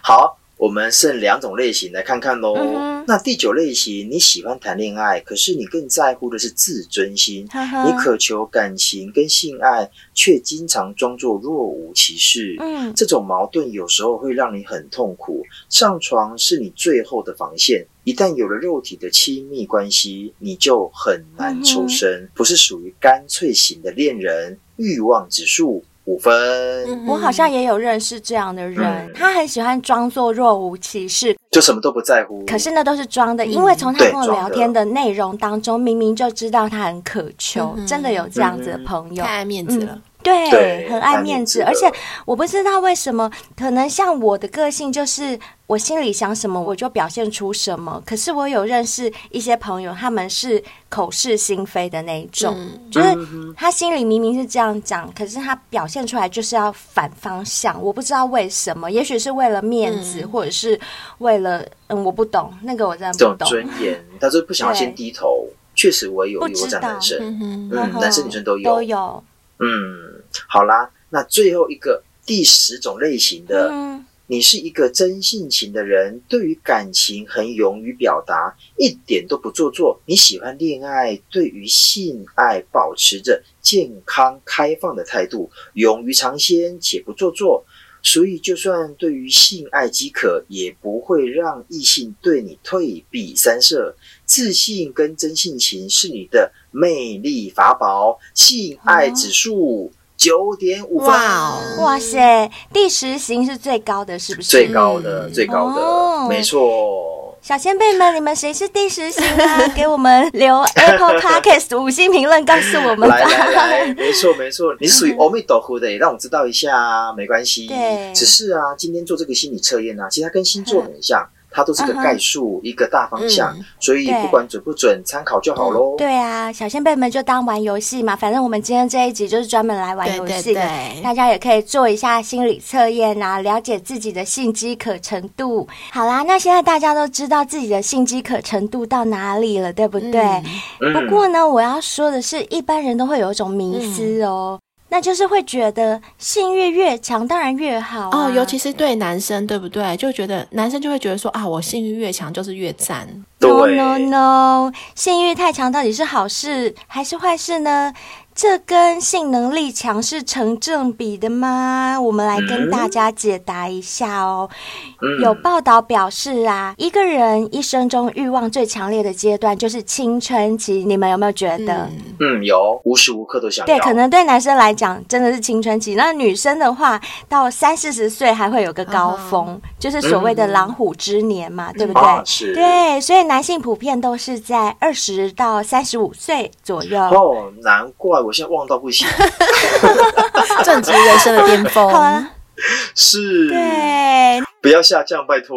Speaker 3: 好，我们剩两种类型来看看喽。
Speaker 2: 嗯哼
Speaker 3: 那第九类型，你喜欢谈恋爱，可是你更在乎的是自尊心，
Speaker 2: 呵 呵
Speaker 3: 你渴求感情跟性爱，却经常装作若无其事。
Speaker 2: 嗯
Speaker 3: 这种矛盾有时候会让你很痛苦。上床是你最后的防线，一旦有了肉体的亲密关系，你就很难抽
Speaker 2: 嗯
Speaker 3: 身，不是属于干脆型的恋人。欲望指数五分。
Speaker 4: 嗯
Speaker 2: 我好像也有认识这样的人，
Speaker 3: 嗯
Speaker 2: 他很喜欢装作若无其事，
Speaker 3: 就什么都不在乎。
Speaker 2: 可是那都是装的，
Speaker 4: 嗯
Speaker 2: 因为从他
Speaker 3: 对
Speaker 2: 跟我聊天的内容当中，明明就知道他很渴求，
Speaker 4: 嗯哼
Speaker 2: 真的有这样子的朋友
Speaker 4: 太。爱面子
Speaker 2: 嗯
Speaker 4: 了。
Speaker 2: 对，
Speaker 3: 对
Speaker 2: 很爱面子，
Speaker 3: 爱
Speaker 2: 而
Speaker 3: 面子
Speaker 2: 且
Speaker 3: 的
Speaker 2: 我不知道为什么，可能像我的个性就是我心里想什么我就表现出什么。可是我有认识一些朋友，他们是口是心非的那一种，
Speaker 4: 嗯
Speaker 2: 就是他心里明明是这样讲，可是他表现出来就是要反方向。我不知道为什么，也许是为了面子，
Speaker 4: 嗯
Speaker 2: 或者是为了嗯，我不懂那个，我真
Speaker 3: 这
Speaker 2: 的不
Speaker 3: 种
Speaker 2: 懂。
Speaker 3: 尊严，他就不想要先低头。确实，我也有
Speaker 2: 不
Speaker 3: 遇
Speaker 2: 知
Speaker 3: 过这样的男生。
Speaker 4: 嗯哼，
Speaker 3: 嗯男生女生都有
Speaker 2: 都有。
Speaker 3: 嗯，好啦，那最后一个第十种类型的，
Speaker 2: 嗯，
Speaker 3: 你是一个真性情的人，对于感情很勇于表达，一点都不做作。你喜欢恋爱，对于性爱保持着健康开放的态度，勇于尝鲜且不做作。所以，就算对于性爱饥渴，也不会让异性对你退避三舍。自信跟真性情是你的魅力法宝，性爱指数九点五分。
Speaker 4: 哇哦
Speaker 2: 哇塞，第十型是最高的，是不是？
Speaker 3: 最高的，
Speaker 4: 嗯
Speaker 3: 最高的，
Speaker 2: 哦
Speaker 3: 没错。
Speaker 2: 小先辈们，你们谁是第十型 啊？给我们留 Apple Podcast 五星评论，告诉我们
Speaker 3: 来
Speaker 2: 吧。
Speaker 3: 来来，没错 没错，你是属于欧米斗呼的，也让我知道一下啊，没关系。
Speaker 2: 对
Speaker 3: 只是啊，今天做这个心理测验啊，其实它跟星座很像，它都是个
Speaker 2: 嗯哼
Speaker 3: 概述，一个大方向
Speaker 4: 嗯，
Speaker 3: 所以
Speaker 2: 对
Speaker 3: 不管准不准，参考就好喽。
Speaker 2: 对啊，小先辈们就当玩游戏嘛，反正我们今天这一集就是专门来玩
Speaker 4: 对
Speaker 2: 游
Speaker 4: 对
Speaker 2: 戏的。
Speaker 4: 对，
Speaker 2: 大家也可以做一下心理测验啊，了解自己的性饥渴程度。好啦，那现在大家都知道自己的性饥渴程度到哪里了，对不对？
Speaker 4: 嗯
Speaker 3: 嗯
Speaker 2: 不过呢，我要说的是，一般人都会有一种迷思
Speaker 4: 嗯
Speaker 2: 哦，那就是会觉得性欲越强，当然越好、啊、
Speaker 4: 哦，尤其是对男生，对不对？就觉得男生就会觉得说啊，我性欲越强就是越赞。
Speaker 2: No
Speaker 3: 对
Speaker 2: no no，性欲太强到底是好事还是坏事呢？这跟性能力强是成正比的吗？我们来跟
Speaker 3: 嗯
Speaker 2: 大家解答一下哦。
Speaker 3: 嗯
Speaker 2: 有报道表示啊，一个人一生中欲望最强烈的阶段就是青春期，你们有没有觉得？
Speaker 4: 嗯
Speaker 3: 嗯有，无时无刻都想要。
Speaker 2: 对，可能对男生来讲真的是青春期，那女生的话，到三四十岁还会有个高峰，
Speaker 3: 嗯
Speaker 2: 就是所谓的狼虎之年嘛，对不对？
Speaker 3: 啊是，
Speaker 2: 对，所以男性普遍都是在二十到三十五岁左右。
Speaker 3: 哦，难怪我现在忘到 不行，
Speaker 4: 正值人生的巅峰。
Speaker 2: 好啊了，
Speaker 3: 是，
Speaker 2: 对，
Speaker 3: 不要下降，拜托。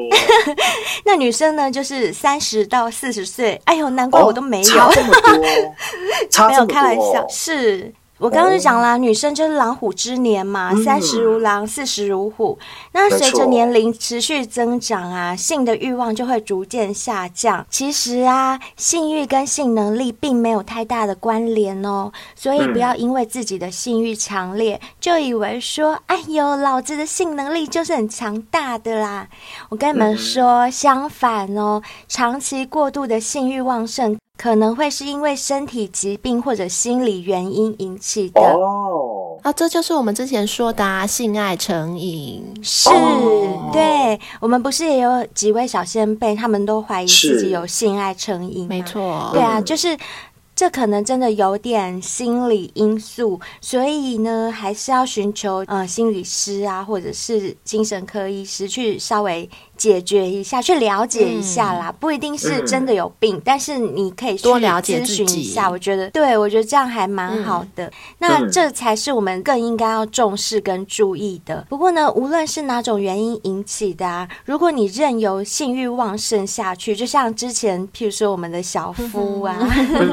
Speaker 2: 那女生呢，就是三十到四十岁。哎呦，难怪我都没有，
Speaker 3: 哦差这么 多，差
Speaker 2: 没
Speaker 3: 这
Speaker 2: 有
Speaker 3: 么
Speaker 2: 开玩笑
Speaker 3: 多，。哦
Speaker 2: 是。我刚刚就讲啦，女生就是狼虎之年嘛，
Speaker 3: 嗯
Speaker 2: 三十如狼，四十如虎。那
Speaker 3: 没
Speaker 2: 随着
Speaker 3: 错
Speaker 2: 年龄持续增长啊，性的欲望就会逐渐下降。其实啊，性欲跟性能力并没有太大的关联哦，所以
Speaker 3: 嗯
Speaker 2: 不要因为自己的性欲强烈，就以为说，哎呦，老子的性能力就是很强大的啦。我跟你们
Speaker 3: 嗯
Speaker 2: 说，相反哦，长期过度的性欲旺盛，可能会是因为身体疾病或者心理原因引起的。
Speaker 3: 哦，
Speaker 4: 啊，这就是我们之前说的、啊、性爱成瘾。
Speaker 2: 是，
Speaker 3: 哦
Speaker 2: 对我们不是也有几位小先辈，他们都怀疑
Speaker 3: 是
Speaker 2: 自己有性爱成瘾，
Speaker 4: 没。错，
Speaker 2: 对啊，
Speaker 3: 嗯
Speaker 2: 就是这可能真的有点心理因素，所以呢，还是要寻求呃心理师啊，或者是精神科医师去稍微解决一下，去了解一下啦。不一定是真的有病，但是你可以去
Speaker 4: 嗯多了解
Speaker 2: 咨
Speaker 4: 自
Speaker 2: 询
Speaker 4: 己嗯
Speaker 2: 一下。我觉得，对我觉得这样还蛮好的。那
Speaker 3: 嗯
Speaker 2: 这才是我们更应该要重视跟注意的。不过呢，无论是哪种原因引起的啊，如果你任由性欲旺盛下去，就像之前譬如说我们的小夫 啊，
Speaker 3: 嗯，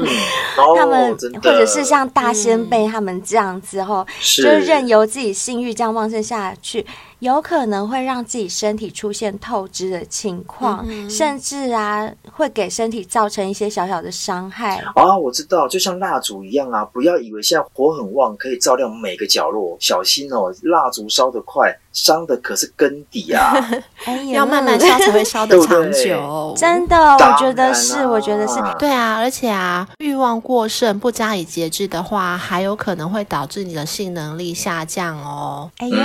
Speaker 3: 哦
Speaker 2: 他们、
Speaker 3: 真的
Speaker 2: 或者是像大仙
Speaker 4: 嗯
Speaker 2: 辈他们这样子吼，
Speaker 3: 是
Speaker 2: 就是任由自己性欲这样旺盛下去，有可能会让自己身体出现透支的情况，
Speaker 4: 嗯
Speaker 2: 甚至啊会给身体造成一些小小的伤害。
Speaker 3: 啊，我知道，就像蜡烛一样啊，不要以为现在火很旺，可以照亮每个角落，小心哦，蜡烛烧得快，伤的可是根底 啊。
Speaker 2: 哎呀，
Speaker 4: 要 慢慢烧才会烧得
Speaker 3: 对不
Speaker 4: 长
Speaker 3: 对
Speaker 4: 久。
Speaker 2: 真的，我觉
Speaker 3: 当然
Speaker 2: 得是，
Speaker 3: 啦
Speaker 2: 我觉得是。
Speaker 4: 对啊，而且啊，欲望过剩不加以节制的话，还有可能会导致你的性能力下降哦。
Speaker 2: 哎呦，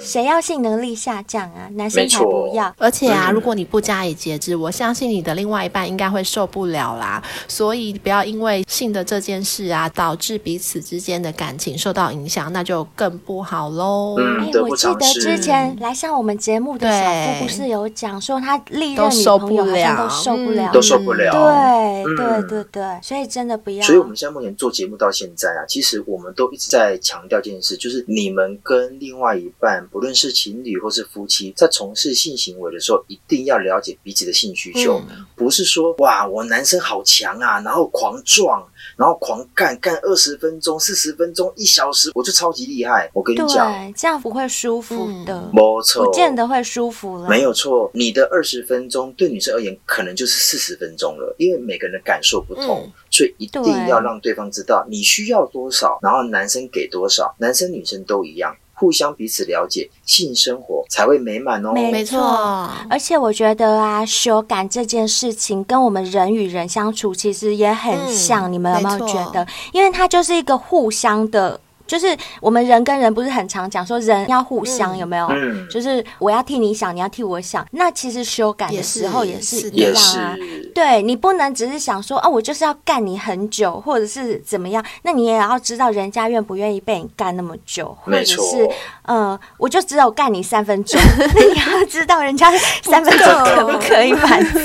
Speaker 2: 谁要性能力下降啊？男生
Speaker 3: 嗯没
Speaker 2: 才
Speaker 3: 错
Speaker 2: 不要。
Speaker 4: 而且啊，
Speaker 3: 嗯
Speaker 4: 如果你不加以节制，我相信你的另外一半应该会受不了啦。所以不要因为性的这件事啊，导致彼此之间的感情受到影响，那就更不好喽。
Speaker 3: 嗯
Speaker 2: 哎，
Speaker 3: 得
Speaker 2: 我
Speaker 3: 不
Speaker 2: 记
Speaker 3: 偿
Speaker 2: 得
Speaker 3: 失。
Speaker 2: 之前来上我们节目的小
Speaker 4: 对
Speaker 2: 夫不是有讲说他历
Speaker 4: 都
Speaker 2: 任女
Speaker 4: 受
Speaker 2: 朋
Speaker 4: 不
Speaker 2: 友好像
Speaker 4: 了，
Speaker 2: 都受不了，
Speaker 3: 嗯都受不了
Speaker 2: 对、
Speaker 3: 嗯
Speaker 2: 对对对，所以真的不要。
Speaker 3: 所以我们现在目前做节目到现在啊，其实我们都一直在强调一件事，就是你们跟另外一半，不论是情侣或是夫妻，在从事性行为的时候，一定要了解彼此的性需求，
Speaker 2: 嗯
Speaker 3: 不是说哇，我男生好强啊，然后狂撞，然后狂干，干二十分钟、四十分钟、一小时，我就超级厉害。我跟你讲，
Speaker 2: 对，这样不会舒服的，
Speaker 3: 嗯没错，
Speaker 2: 不见得会舒服了。
Speaker 3: 没有错，你的二十分钟对女生而言可能就是四十分钟了，因为每个人的感受不同，所以一定
Speaker 2: 嗯对
Speaker 3: 要让对方知道你需要多少，然后男生给多少，男生女生都一样，互相彼此了解，性生活才会美满哦。
Speaker 2: 没
Speaker 4: 嗯没错
Speaker 2: 错。而且我觉得啊，羞感这件事情跟我们人与人相处其实也很像，
Speaker 4: 嗯
Speaker 2: 你们有没有
Speaker 4: 没错
Speaker 2: 觉得？因为它就是一个互相的，就是我们人跟人不是很常讲说人要互相，
Speaker 4: 嗯
Speaker 2: 有没有？
Speaker 3: 嗯，
Speaker 2: 就是我要替你想，你要替我想。那其实修改的
Speaker 4: 也是
Speaker 2: 时候也是
Speaker 4: 是
Speaker 2: 一样
Speaker 3: 也
Speaker 2: 啊。
Speaker 3: 是，
Speaker 2: 对你不能只是想说啊，我就是要干你很久，或者是怎么样，那你也要知道人家愿不愿意被你干那么久，或
Speaker 3: 没
Speaker 2: 者
Speaker 3: 错，
Speaker 2: 是呃，我就只有干你三 分钟，那你要知道人家三分钟可不可以满 足？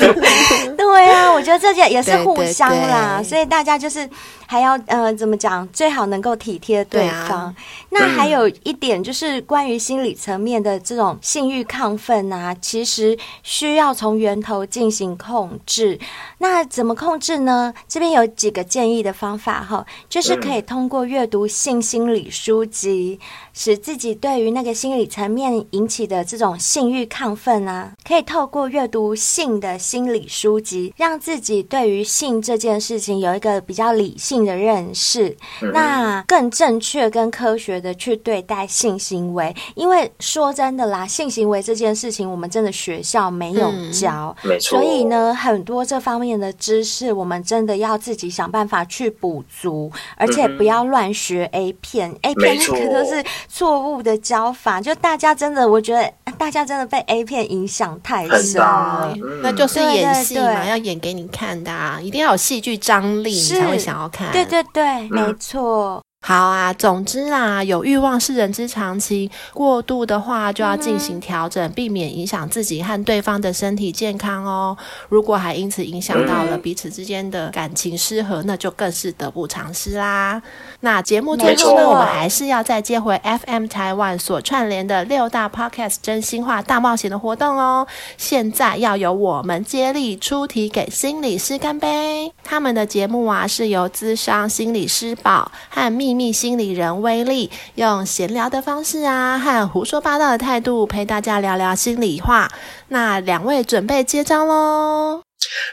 Speaker 2: 对啊，我觉得这件也是
Speaker 4: 对
Speaker 2: 互
Speaker 4: 对
Speaker 2: 相啦，
Speaker 4: 对
Speaker 2: 所以大家就是还要呃怎么讲，最好能够体贴
Speaker 4: 对
Speaker 2: 对
Speaker 4: 啊
Speaker 2: 方。那还有一点就是关于心理层面的这种性欲亢奋啊，其实需要从源头进行控制。那怎么控制呢？这边有几个建议的方法哈，就是可以通过阅读性心理书籍，使自己对于那个心理层面引起的这种性欲亢奋啊，可以透过阅读性的心理书籍，让自己对于性这件事情有一个比较理性的认识，
Speaker 3: 嗯
Speaker 2: 那更正确跟科学的去对待性行为。因为说真的啦，性行为这件事情，我们真的学校没有
Speaker 4: 嗯
Speaker 2: 教，
Speaker 3: 没错。
Speaker 2: 所以，呢，很多这方面的知识，我们真的要自己想办法去补足，而
Speaker 3: 嗯
Speaker 2: 且不要乱学 A 片、a 哎片
Speaker 3: 没
Speaker 2: 那
Speaker 3: 错
Speaker 2: 个都是错误的教法。就大家真的，我觉得大家真的被 A 片影响太
Speaker 3: 很
Speaker 2: 深了
Speaker 3: 大。，嗯、
Speaker 4: 那就是演戏嘛，
Speaker 2: 对对对
Speaker 4: 要演给你看的、啊，一定要有戏剧张力，你
Speaker 2: 是
Speaker 4: 才会想要看。
Speaker 2: 对对对，
Speaker 3: 嗯
Speaker 2: 没错，
Speaker 4: 好啊，总之啦，有欲望是人之常情，过度的话就要进行调整，避免影响自己和对方的身体健康哦。如果还因此影响到
Speaker 3: 嗯
Speaker 4: 了彼此之间的感情失和，那就更是得不偿失啦。那节目最后
Speaker 3: 没
Speaker 4: 呢，
Speaker 3: 错
Speaker 4: 我们还是要再接回 FM 台湾所串联的六大 Podcast 真心话大冒险的活动哦。现在要由我们接力出题给心理师干杯。他们的节目啊是由资商心理师宝和秘密心理人威力用闲聊的方式啊和胡说八道的态度陪大家聊聊心里话。那两位准备接招喽！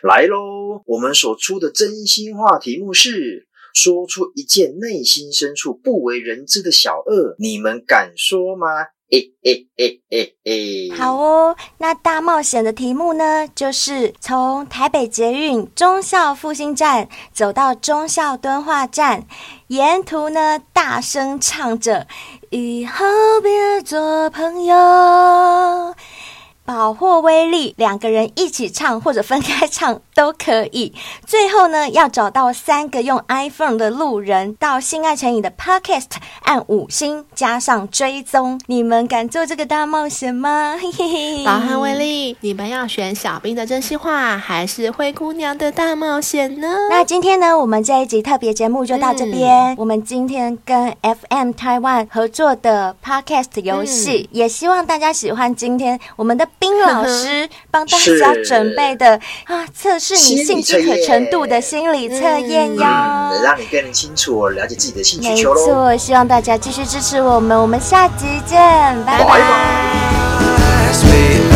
Speaker 3: 来喽！我们所出的真心话题目是：说出一件内心深处不为人知的小恶，你们敢说吗？嘿嘿嘿嘿嘿。
Speaker 2: 好哦，那大冒险的题目呢，就是从台北捷运忠孝复兴站走到忠孝敦化站，沿途呢大声唱着“以后别做朋友”。保或威力，两个人一起唱或者分开唱都可以。 最后呢，要找到三个用 iPhone 的路人，到性爱成瘾的 Podcast 按五星加上追踪。你们敢做这个大冒险吗？ 嘿嘿嘿，
Speaker 4: 老汉威力，你们要选小兵的真心话，还是灰姑娘的大冒险呢？
Speaker 2: 那今天呢，我们这一集特别节目就到这边。我们今天跟 FM Taiwan 合作的 Podcast 游戏，也希望大家喜欢今天我们的冰老 师帮大家准备的啊，测试你
Speaker 3: 心
Speaker 2: 性
Speaker 3: 理
Speaker 2: 饥
Speaker 3: 测
Speaker 2: 渴
Speaker 3: 验
Speaker 2: 程度的心理测验哟。
Speaker 3: 嗯，让你更清楚了解自己的兴趣
Speaker 2: 没
Speaker 3: 球喽。
Speaker 2: 错，希望大家继续支持我们，我们下集见，拜
Speaker 3: 拜
Speaker 2: 拜
Speaker 3: 拜
Speaker 1: Sweet